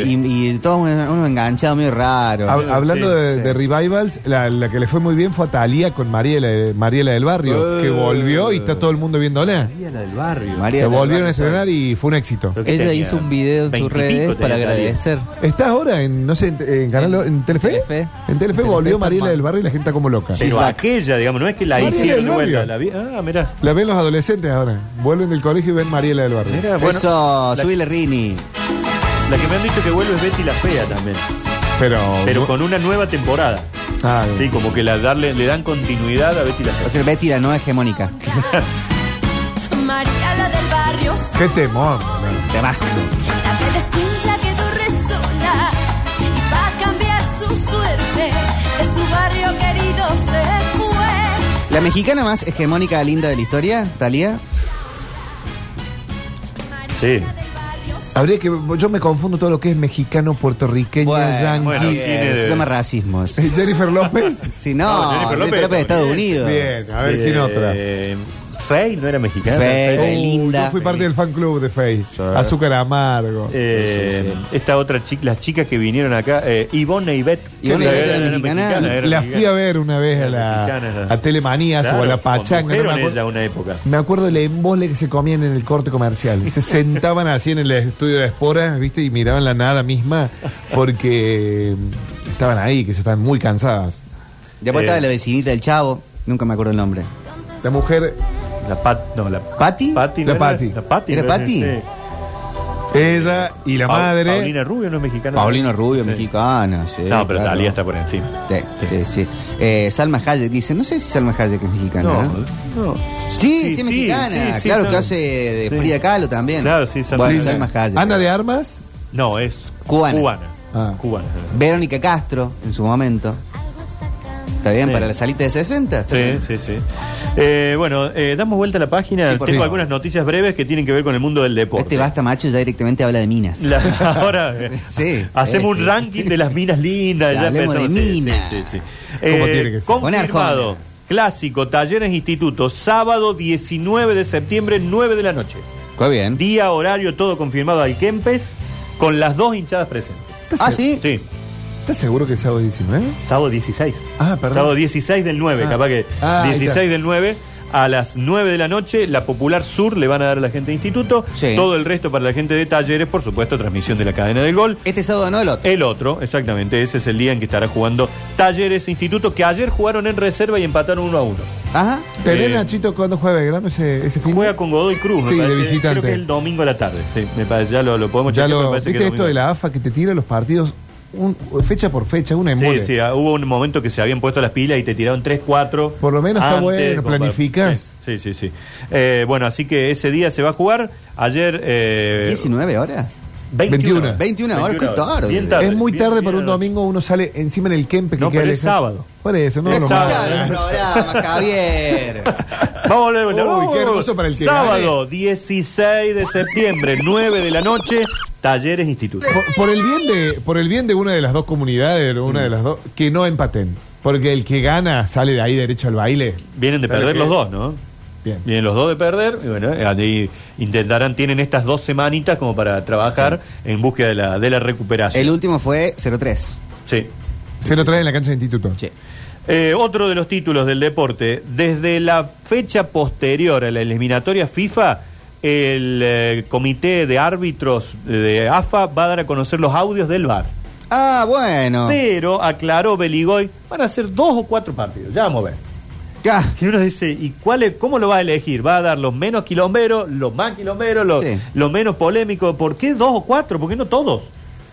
Speaker 2: Y, y- y todos unos unos enganchados medio raros.
Speaker 5: Hab- hablando de, de revivals, la, la que le fue muy bien fue a Talía con Mariela, Mariela del Barrio,
Speaker 2: Eh.
Speaker 5: que volvió y está todo el mundo viéndola.
Speaker 3: Mariela del barrio.
Speaker 5: Se volvieron a estrenar y fue un éxito.
Speaker 3: Creo que Ella tenía hizo un video en sus 20 y pico redes para tenía Talía. agradecer.
Speaker 5: ¿Estás ahora en, no sé, en, en canal, en Telefe? En Telefe volvió Mariela del Barrio y la gente está como loca.
Speaker 3: Pero aquella, digamos, no es que la
Speaker 5: Mariela
Speaker 3: hicieron
Speaker 5: del
Speaker 3: de
Speaker 5: Barrio.
Speaker 3: vuelta. La vi- ah, mirá.
Speaker 5: La ven los adolescentes ahora. Vuelven del colegio y ven Mariela del Barrio.
Speaker 3: Mira, Eh, bueno.
Speaker 2: Eso,
Speaker 3: La-
Speaker 2: subile Rini.
Speaker 3: La que me han dicho que vuelve es Betty la Fea también.
Speaker 5: Pero.
Speaker 3: Pero con una nueva temporada.
Speaker 5: Ah, bien.
Speaker 3: Sí, como que la darle, le dan continuidad a Betty la
Speaker 2: Va a
Speaker 3: Fea.
Speaker 2: ser Betty la no hegemónica.
Speaker 7: María la del barrio,
Speaker 5: Qué temor.
Speaker 2: Temazo.
Speaker 7: la que descuida que corre sola y va a cambiar su suerte. De su barrio querido se fue.
Speaker 2: La mexicana más hegemónica linda de la historia, Talía.
Speaker 3: Sí.
Speaker 5: Habría que. Yo me confundo todo lo que es mexicano, puertorriqueño, yanqui.
Speaker 2: eh, se llama racismo. eso.
Speaker 5: Jennifer López.
Speaker 2: Si no,
Speaker 3: No, Jennifer
Speaker 2: Jennifer López de Estados Unidos.
Speaker 5: Bien, a ver quién otra.
Speaker 3: Fey Eh, no era mexicana.
Speaker 2: Fey,
Speaker 3: Fey.
Speaker 5: Yo fui parte del fan club de Faye. Azúcar amargo.
Speaker 3: Eh, Esta otra chica, las chicas que vinieron acá, eh, Ivonne y Ivette.
Speaker 5: Ivonne
Speaker 3: Era-
Speaker 5: Ivette
Speaker 3: era-
Speaker 5: era
Speaker 3: era
Speaker 5: mexicana.
Speaker 3: mexicana, era
Speaker 5: La
Speaker 3: mexicana.
Speaker 5: fui a ver una vez a la-
Speaker 3: Mexicana, era-
Speaker 5: a Telemanías o a la Pachanga, no me
Speaker 3: condujeron
Speaker 5: acuerdo.
Speaker 3: ella una época.
Speaker 5: Me acuerdo del embole que se comían en el corte comercial. Se sentaban así en el estudio de esporas, ¿viste? Y miraban la nada misma porque mm, estaban ahí, que se estaban muy cansadas.
Speaker 2: Después estaba la vecinita del chavo, nunca me acuerdo el nombre.
Speaker 5: La mujer.
Speaker 3: La Pat, no, la
Speaker 2: ¿Pati?
Speaker 3: Patti,
Speaker 5: La
Speaker 3: no era-
Speaker 5: Patti.
Speaker 3: La Patti,
Speaker 2: ¿Era
Speaker 3: no era-
Speaker 2: Patti?
Speaker 3: sí.
Speaker 5: Ella y la
Speaker 3: Pau-
Speaker 5: madre.
Speaker 3: Paulina Rubio no es mexicana.
Speaker 2: Paulino Rubio,
Speaker 3: Sí.
Speaker 2: mexicana. sí,
Speaker 3: No, pero
Speaker 2: claro.
Speaker 3: Talía está por encima.
Speaker 2: Sí, sí, sí. Eh, Salma Hayek dice, no sé si Salma Hayek es mexicana. ¿no?
Speaker 3: No, no.
Speaker 2: Sí, sí,
Speaker 3: sí,
Speaker 2: mexicana.
Speaker 3: sí, sí,
Speaker 2: claro
Speaker 3: no.
Speaker 2: que hace de
Speaker 3: Sí.
Speaker 2: Frida Kahlo también.
Speaker 3: Claro, sí, Salma
Speaker 2: Bueno,
Speaker 3: Hayek.
Speaker 2: Salma Hayek.
Speaker 5: Ana de Armas.
Speaker 3: No, es
Speaker 2: Cubana.
Speaker 3: Cubana.
Speaker 5: Ah.
Speaker 3: Cubana.
Speaker 2: Verónica Castro, en su momento. ¿Está bien?
Speaker 3: Sí.
Speaker 2: Para la salita de 60. está
Speaker 3: Sí,
Speaker 2: bien.
Speaker 3: sí, sí. Eh, bueno, eh, damos vuelta a la página.
Speaker 2: Sí, por
Speaker 3: Tengo
Speaker 2: favor.
Speaker 3: algunas noticias breves que tienen que ver con el mundo del deporte.
Speaker 2: Este basta macho ya directamente habla de minas.
Speaker 3: La- ahora eh,
Speaker 2: Sí, eh,
Speaker 3: hacemos
Speaker 2: sí.
Speaker 3: un ranking de las minas lindas.
Speaker 2: Ya
Speaker 3: ya
Speaker 2: hablemos
Speaker 3: empezamos,
Speaker 2: de
Speaker 3: sí, sí,
Speaker 2: minas.
Speaker 3: sí, sí.
Speaker 5: ¿Cómo
Speaker 3: Eh,
Speaker 5: tiene que ser?
Speaker 2: Con
Speaker 3: Confirmado.
Speaker 2: Arjona.
Speaker 3: Clásico, Talleres Instituto, sábado 19 de septiembre, 9 de la noche.
Speaker 2: Fue bien.
Speaker 3: Día, horario, todo confirmado al Kempes, con las dos hinchadas presentes.
Speaker 2: Ah, sí.
Speaker 3: Sí,
Speaker 5: ¿Estás seguro que es sábado 19?
Speaker 3: sábado 16.
Speaker 5: Ah, perdón.
Speaker 3: Sábado 16 del 9,
Speaker 5: Ah.
Speaker 3: capaz que.
Speaker 5: Ah, ahí
Speaker 3: 16
Speaker 5: está.
Speaker 3: del 9. A las 9 de la noche, la Popular Sur le van a dar a la gente de Instituto.
Speaker 2: Sí.
Speaker 3: Todo el resto para la gente de Talleres, por supuesto, transmisión de la cadena del gol.
Speaker 2: Este sábado no el otro.
Speaker 3: El otro, exactamente, ese es el día en que estará jugando Talleres e Instituto, que ayer jugaron en reserva y empataron uno a uno.
Speaker 2: Ajá.
Speaker 5: ¿Tenés
Speaker 3: Eh,
Speaker 5: Nachito cuando juega Belgrano ese, ese fin?
Speaker 3: Juega con Godoy Cruz, me
Speaker 5: Sí, de
Speaker 3: parece.
Speaker 5: visitante.
Speaker 3: Creo que es el domingo a la tarde. Sí, me parece, ya lo, lo podemos
Speaker 5: Ya
Speaker 3: chequear, me
Speaker 5: lo,
Speaker 3: parece que
Speaker 5: ¿Viste
Speaker 3: es
Speaker 5: esto
Speaker 3: domingo.
Speaker 5: de la AFA que te tira los partidos un- fecha por fecha, una
Speaker 3: Sí,
Speaker 5: embole?
Speaker 3: sí, ah, hubo un momento que se habían puesto las pilas y te tiraron 3, 4.
Speaker 5: Por lo menos está bueno, planificás.
Speaker 3: Sí, sí, sí. sí. Eh, bueno, así que ese día se va a jugar. Ayer. Eh,
Speaker 2: 19 horas.
Speaker 5: 21.
Speaker 2: 21 horas, qué tarde.
Speaker 3: Bien tarde,
Speaker 5: Es muy
Speaker 3: bien,
Speaker 5: tarde
Speaker 3: bien
Speaker 5: para un
Speaker 3: a la noche.
Speaker 5: domingo, uno sale encima en el Kempe que
Speaker 3: No,
Speaker 5: queda
Speaker 3: pero es
Speaker 5: lejos.
Speaker 3: sábado.
Speaker 5: Por eso, no
Speaker 3: Es
Speaker 5: lo
Speaker 3: sábado. eh.
Speaker 5: mandes.
Speaker 2: Escuchá el programa, Javier.
Speaker 3: Vamos a volver.
Speaker 5: Uy,
Speaker 3: Vamos.
Speaker 5: qué hermoso para el que
Speaker 3: Sábado 16 de septiembre, 9 de la noche, Talleres Instituto.
Speaker 5: Por, por el bien de, por el bien de una de las dos comunidades, de una de las dos, que no empaten. Porque el que gana sale de ahí derecho al baile.
Speaker 3: Vienen de
Speaker 5: ¿Sabe
Speaker 3: perder
Speaker 5: qué?
Speaker 3: los dos, ¿no?
Speaker 5: Bien.
Speaker 3: Vienen los dos de perder, y bueno, eh, ahí intentarán, tienen estas dos semanitas como para trabajar en búsqueda de la, de la recuperación.
Speaker 2: El último fue 03.
Speaker 3: Sí.
Speaker 5: Se lo traen en la cancha de instituto.
Speaker 2: Che.
Speaker 3: Eh, otro de los títulos del deporte, desde la fecha posterior a la eliminatoria FIFA, el eh, comité de árbitros eh, de AFA va a dar a conocer los audios del VAR.
Speaker 2: Ah, bueno.
Speaker 3: Pero aclaró Beligoy, van a ser dos o cuatro partidos, ya vamos a ver.
Speaker 2: Ya.
Speaker 3: Y uno dice, ¿y cuál es- cómo lo va a elegir? ¿Va a dar los menos quilomberos, los más quilomberos, los,
Speaker 2: Sí.
Speaker 3: los menos polémicos? ¿Por qué dos o cuatro? ¿Por qué no todos?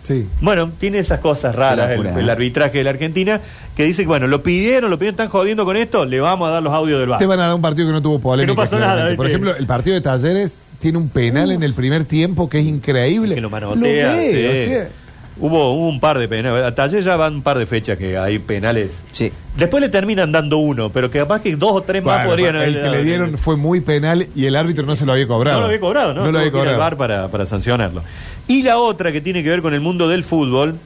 Speaker 5: Sí.
Speaker 3: Bueno, tiene esas cosas raras
Speaker 2: Qué
Speaker 3: el,
Speaker 2: locura,
Speaker 3: el
Speaker 2: ¿eh?
Speaker 3: arbitraje de la Argentina, que dice que, bueno, lo pidieron, lo pidieron, están jodiendo con esto, le vamos a dar los audios del
Speaker 5: Te
Speaker 3: bar.
Speaker 5: van a dar un partido que no tuvo polémica.
Speaker 3: pasó nada,
Speaker 5: claramente. Por
Speaker 3: ¿viste?
Speaker 5: ejemplo, el partido de Talleres tiene un penal en el primer tiempo que es increíble.
Speaker 3: Que lo manotea.
Speaker 5: Lo ve,
Speaker 3: sí.
Speaker 5: o sea,
Speaker 3: Hubo, hubo un par de penales, a Taller ya van un par de fechas que hay penales.
Speaker 2: Sí.
Speaker 3: Después le terminan dando uno, pero que capaz que dos o tres más
Speaker 5: Bueno,
Speaker 3: podrían
Speaker 5: el
Speaker 3: haberle
Speaker 5: que le
Speaker 3: dado.
Speaker 5: dieron fue muy penal y el árbitro no se lo había cobrado.
Speaker 3: No lo había cobrado,
Speaker 5: No
Speaker 3: ¿no?
Speaker 5: lo
Speaker 3: Tuvo
Speaker 5: había
Speaker 3: que ir al
Speaker 5: cobrado.
Speaker 3: VAR para, para sancionarlo. Y la otra que tiene que ver con el mundo del fútbol,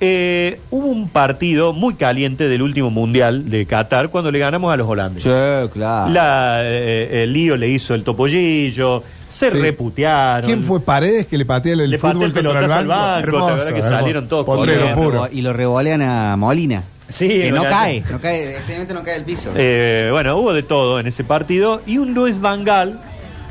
Speaker 3: eh, hubo un partido muy caliente del último mundial de Qatar cuando le ganamos a los holandeses.
Speaker 2: Sí,
Speaker 5: Ah.
Speaker 2: claro.
Speaker 3: La, eh, el lío le hizo el topollillo, se
Speaker 5: Sí.
Speaker 3: reputearon.
Speaker 5: ¿Quién fue Paredes que le patea el,
Speaker 3: Le patea
Speaker 5: fútbol
Speaker 3: el
Speaker 5: contra el
Speaker 3: pelotazo al
Speaker 5: banco?
Speaker 3: banco, ¿te acuerdas que salieron todos
Speaker 5: Potrero
Speaker 2: y, lo
Speaker 5: puro.
Speaker 2: rebo- y lo revolean a Molina.
Speaker 3: Sí,
Speaker 2: que no
Speaker 3: Molina.
Speaker 2: cae, no cae, definitivamente no cae al piso.
Speaker 3: Eh, bueno, hubo de todo en ese partido y un Luis Vangal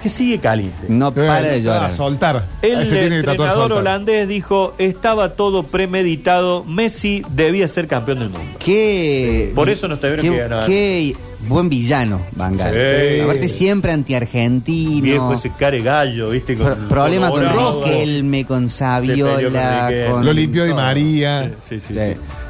Speaker 3: que sigue caliente.
Speaker 2: no para de
Speaker 5: Ah,
Speaker 2: llorar.
Speaker 5: soltar.
Speaker 3: El
Speaker 5: Ese tiene que tatuar
Speaker 3: entrenador
Speaker 5: soltar.
Speaker 3: holandés dijo, estaba todo premeditado, Messi debía ser campeón del mundo.
Speaker 2: Qué,
Speaker 3: Por eso nos tuvieron
Speaker 2: qué,
Speaker 3: que ganar.
Speaker 2: Qué buen villano, Van Gaal.
Speaker 3: Sí.
Speaker 2: Aparte siempre antiargentino.
Speaker 3: Viejo ese care gallo, ¿viste? Con,
Speaker 2: Pro- problema con
Speaker 3: colorado.
Speaker 2: Riquelme, con
Speaker 3: Se peleó
Speaker 2: Saviola,
Speaker 3: con Riquelme.
Speaker 2: con
Speaker 5: Lo limpió Di
Speaker 2: todo.
Speaker 5: María.
Speaker 3: Sí, sí, sí.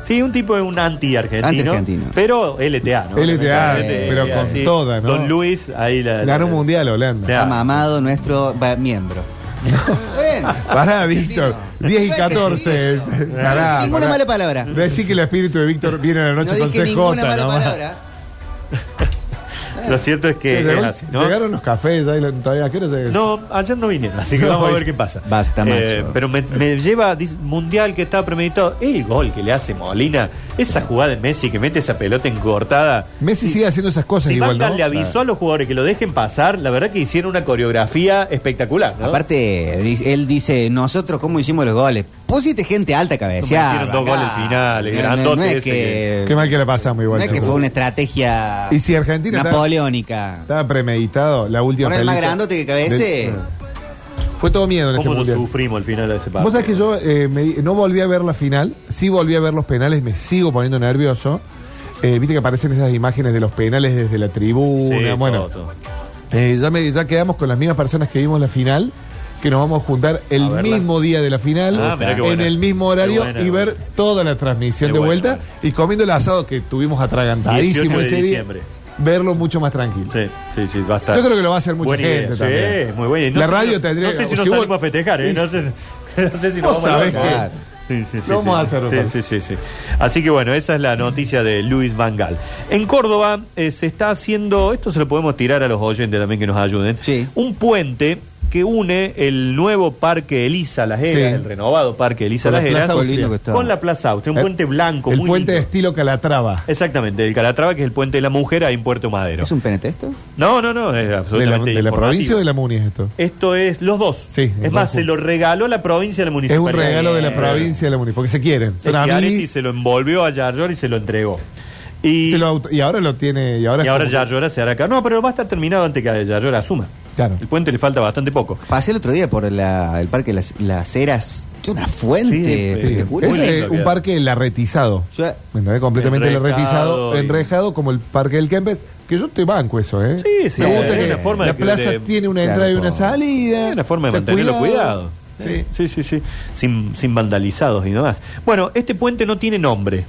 Speaker 3: Sí, un tipo es un anti-argentino.
Speaker 2: Anti-argentino.
Speaker 3: Pero LTA, ¿no?
Speaker 5: LTA,
Speaker 3: Obviamente,
Speaker 5: eh, pero con
Speaker 3: así.
Speaker 5: toda, ¿no?
Speaker 3: Don Luis, ahí la.
Speaker 5: Ganó un mundial Holanda.
Speaker 2: Ha
Speaker 3: Ya.
Speaker 2: mamado nuestro va- miembro. Bueno,
Speaker 5: Pará, Víctor. 10 y 14. Pará,
Speaker 2: ninguna
Speaker 5: pará.
Speaker 2: mala palabra. No
Speaker 5: Decí que el espíritu de Víctor viene a la noche con
Speaker 2: dije
Speaker 5: CJ.
Speaker 2: ninguna mala
Speaker 5: nomás.
Speaker 2: palabra.
Speaker 3: Lo cierto es que
Speaker 5: Llegaron,
Speaker 3: es así, ¿no?
Speaker 5: llegaron los cafés, ahí, todavía, ¿a qué hora se-
Speaker 3: No, ayer no vinieron, así que
Speaker 5: No,
Speaker 3: vamos a
Speaker 5: hoy-
Speaker 3: ver qué pasa. Eh,
Speaker 2: Basta, macho.
Speaker 3: pero me, me lleva, dice, mundial que está premeditado, el gol que le hace Molina, esa jugada de Messi que mete esa pelota encortada.
Speaker 5: Messi sigue haciendo esas cosas
Speaker 3: Si
Speaker 5: igual,
Speaker 3: Manga
Speaker 5: ¿no?
Speaker 3: le avisó a los jugadores que lo dejen pasar, la verdad que hicieron una coreografía espectacular, ¿no?
Speaker 2: Aparte, di- él dice, nosotros cómo hicimos los goles. Pusiste gente alta cabeceada.
Speaker 3: Hicieron dos goles finales,
Speaker 2: no,
Speaker 3: grandote
Speaker 2: no es
Speaker 3: ese
Speaker 2: que,
Speaker 5: Qué mal que la pasamos
Speaker 2: no
Speaker 5: igual.
Speaker 2: es que
Speaker 5: seguro.
Speaker 2: fue una estrategia
Speaker 5: Y si Argentina está-
Speaker 2: napoleónica.
Speaker 5: Estaba premeditado la última
Speaker 2: Poner el más
Speaker 5: película
Speaker 2: grandote que cabece.
Speaker 5: del- Fue todo miedo en este
Speaker 3: ¿Cómo lo
Speaker 5: mundial.
Speaker 3: sufrimos al final de ese partido?
Speaker 5: Vos sabés que yo eh, me di- no volví a ver la final, sí volví a ver los penales, me sigo poniendo nervioso. Eh, Viste que aparecen esas imágenes de los penales desde la tribuna.
Speaker 3: Sí,
Speaker 5: bueno,
Speaker 3: todo, todo.
Speaker 5: eh, ya, me- ya quedamos con las mismas personas que vimos la final, que nos vamos a juntar el
Speaker 3: A verla.
Speaker 5: mismo día de la final,
Speaker 3: Ah, mirá qué
Speaker 5: en
Speaker 3: buena.
Speaker 5: el mismo
Speaker 3: Qué
Speaker 5: horario
Speaker 3: buena,
Speaker 5: y ver
Speaker 3: buena.
Speaker 5: toda la transmisión
Speaker 3: Qué
Speaker 5: de
Speaker 3: buena,
Speaker 5: vuelta
Speaker 3: buena.
Speaker 5: y comiendo el asado que tuvimos atragantadísimo
Speaker 3: 18 de
Speaker 5: ese día.
Speaker 3: diciembre.
Speaker 5: Verlo mucho más tranquilo.
Speaker 3: Sí, sí, sí, va a estar.
Speaker 5: Yo creo que lo va a hacer mucha
Speaker 3: Buena idea,
Speaker 5: gente también.
Speaker 3: Sí, muy buena. Y
Speaker 5: la
Speaker 3: sé-
Speaker 5: radio tendría
Speaker 3: No sé si
Speaker 5: o
Speaker 3: nos
Speaker 5: si hubo-
Speaker 3: salimos a festejar, ¿eh?
Speaker 5: Y-
Speaker 3: No sé, no sé si
Speaker 5: Vos
Speaker 3: nos vamos a
Speaker 5: sabés
Speaker 3: levantar.
Speaker 5: que-
Speaker 3: Sí, sí, sí,
Speaker 5: Lo vamos a
Speaker 3: sí.
Speaker 5: hacer, me
Speaker 3: Sí,
Speaker 5: parece.
Speaker 3: sí, sí, sí. Así que bueno, esa es la noticia de Luis Vangal. En Córdoba eh, se está haciendo, esto se lo podemos tirar a los oyentes también que nos ayuden,
Speaker 2: Sí.
Speaker 3: un puente que une el nuevo Parque Elisa Las Heras,
Speaker 5: Sí.
Speaker 3: el renovado Parque Elisa
Speaker 5: Con la
Speaker 3: Las Heras,
Speaker 5: Plaza
Speaker 2: Qué lindo que está.
Speaker 3: con la Plaza Austria, un puente blanco,
Speaker 5: El
Speaker 3: muy
Speaker 5: puente de
Speaker 3: lindo.
Speaker 5: estilo Calatrava.
Speaker 3: Exactamente, el Calatrava, que es el puente de la mujer, ahí en Puerto Madero.
Speaker 2: ¿Es un penetesto?
Speaker 3: No, no, no, es
Speaker 5: ¿De la,
Speaker 3: absolutamente
Speaker 5: de la
Speaker 3: informativo.
Speaker 5: provincia o de la Muni es esto?
Speaker 3: Esto es los dos.
Speaker 5: Sí,
Speaker 3: es
Speaker 5: los
Speaker 3: más,
Speaker 5: dos
Speaker 3: se lo
Speaker 5: juntos.
Speaker 3: regaló la provincia a
Speaker 5: Es
Speaker 3: la
Speaker 5: un
Speaker 3: municipalidad.
Speaker 5: regalo de la
Speaker 2: Bien.
Speaker 5: provincia de la Muni, porque se quieren. Son
Speaker 3: Y
Speaker 5: amigos.
Speaker 3: se lo envolvió a Yarlor y se lo entregó. Y,
Speaker 5: se lo auto- y ahora lo tiene. Y ahora,
Speaker 3: y
Speaker 5: es
Speaker 3: ahora
Speaker 5: como-
Speaker 3: Yarlora se hará acá. No, pero va a estar terminado antes que Yarlora asuma.
Speaker 5: Claro.
Speaker 3: El puente le falta bastante poco.
Speaker 2: Pasé el otro día por la- el parque Las, las Heras. Es una
Speaker 3: Sí,
Speaker 2: fuente
Speaker 3: sí.
Speaker 2: espectacular.
Speaker 3: Muy
Speaker 5: Ese es
Speaker 3: lindo
Speaker 5: un
Speaker 3: queda.
Speaker 5: parque larretizado.
Speaker 2: Yo-
Speaker 5: ¿Me entendés? Completamente
Speaker 3: Enrejado
Speaker 5: larretizado,
Speaker 3: y-
Speaker 5: enrejado, como el parque del Kempes. Que yo te banco eso, ¿eh?
Speaker 3: Sí, sí,
Speaker 5: Me
Speaker 3: es
Speaker 5: gusta que
Speaker 3: una forma
Speaker 5: la
Speaker 3: de-
Speaker 5: plaza
Speaker 3: de-
Speaker 5: tiene una
Speaker 2: Claro,
Speaker 5: entrada y una
Speaker 2: como-
Speaker 5: salida.
Speaker 3: Es la forma de
Speaker 5: Está
Speaker 3: mantenerlo cuidado.
Speaker 5: Sí.
Speaker 3: sí, sí, sí. Sin, sin vandalizados y demás. Bueno, este puente no tiene nombre.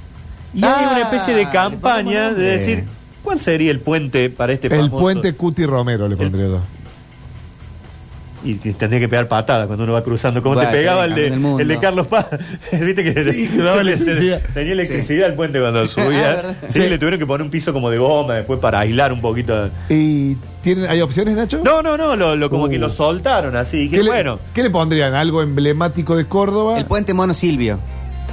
Speaker 3: Y hay
Speaker 2: Ah,
Speaker 3: una especie de
Speaker 2: le
Speaker 3: campaña
Speaker 2: ponemos
Speaker 3: de
Speaker 2: nombre.
Speaker 3: decir, ¿cuál sería el puente para este
Speaker 5: El
Speaker 3: famoso? Eh.
Speaker 5: puente Cuti Romero le pondría yo.
Speaker 3: Y que tendría que pegar patadas cuando uno va cruzando. Como
Speaker 2: Bueno,
Speaker 3: te pegaba el de,
Speaker 2: campeón del mundo.
Speaker 3: el de Carlos Paz. Viste que,
Speaker 5: Sí, que daba electricidad.
Speaker 3: tenía electricidad el puente cuando
Speaker 2: Ah,
Speaker 3: subía.
Speaker 2: ¿verdad?
Speaker 3: sí,
Speaker 5: Sí.
Speaker 3: le tuvieron que poner un piso como de goma después para aislar un poquito.
Speaker 5: ¿Y tienen, hay opciones, Nacho?
Speaker 3: No, no, no, lo, lo- como
Speaker 5: Uh.
Speaker 3: que lo soltaron así.
Speaker 5: ¿Qué
Speaker 3: Dije,
Speaker 5: le,
Speaker 3: bueno,
Speaker 5: ¿Qué le pondrían? ¿Algo emblemático de Córdoba?
Speaker 2: El puente Mono Silvio.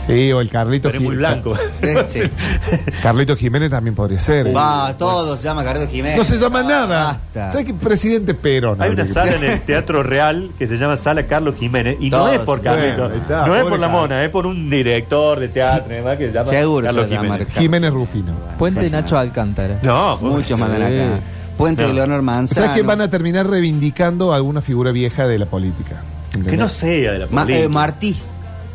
Speaker 5: Sí, o el Carlito
Speaker 3: pero es muy blanco.
Speaker 2: Sí, sí.
Speaker 5: Carlito Jiménez también podría ser.
Speaker 2: Va, todos se llama Carlos Jiménez.
Speaker 5: No se llama
Speaker 2: Ah,
Speaker 5: nada.
Speaker 2: basta.
Speaker 5: ¿Sabes qué? Presidente Perón.
Speaker 3: Hay
Speaker 5: habría
Speaker 3: una
Speaker 5: que-
Speaker 3: sala en el Teatro Real que se llama Sala Carlos Jiménez y no
Speaker 2: Todos,
Speaker 3: es por
Speaker 2: bueno,
Speaker 3: Carlito,
Speaker 5: ahí está,
Speaker 3: no es
Speaker 5: pobre
Speaker 3: por la
Speaker 5: Carlos.
Speaker 3: mona, es por un director de teatro y demás que se llama
Speaker 2: Seguro
Speaker 3: Carlos
Speaker 2: se va a llamar
Speaker 3: Jiménez.
Speaker 5: Jiménez Rufino.
Speaker 15: Puente Nacho Alcántara.
Speaker 3: No,
Speaker 2: Muchos
Speaker 3: más
Speaker 2: mandan
Speaker 15: Sí.
Speaker 2: acá. Puente
Speaker 3: No.
Speaker 2: de Leonor Manzano.
Speaker 5: ¿Sabes que van a terminar reivindicando a alguna figura vieja de la política? ¿Entendés?
Speaker 3: Que no sea de la
Speaker 2: Ma- eh,
Speaker 3: política.
Speaker 2: Martí.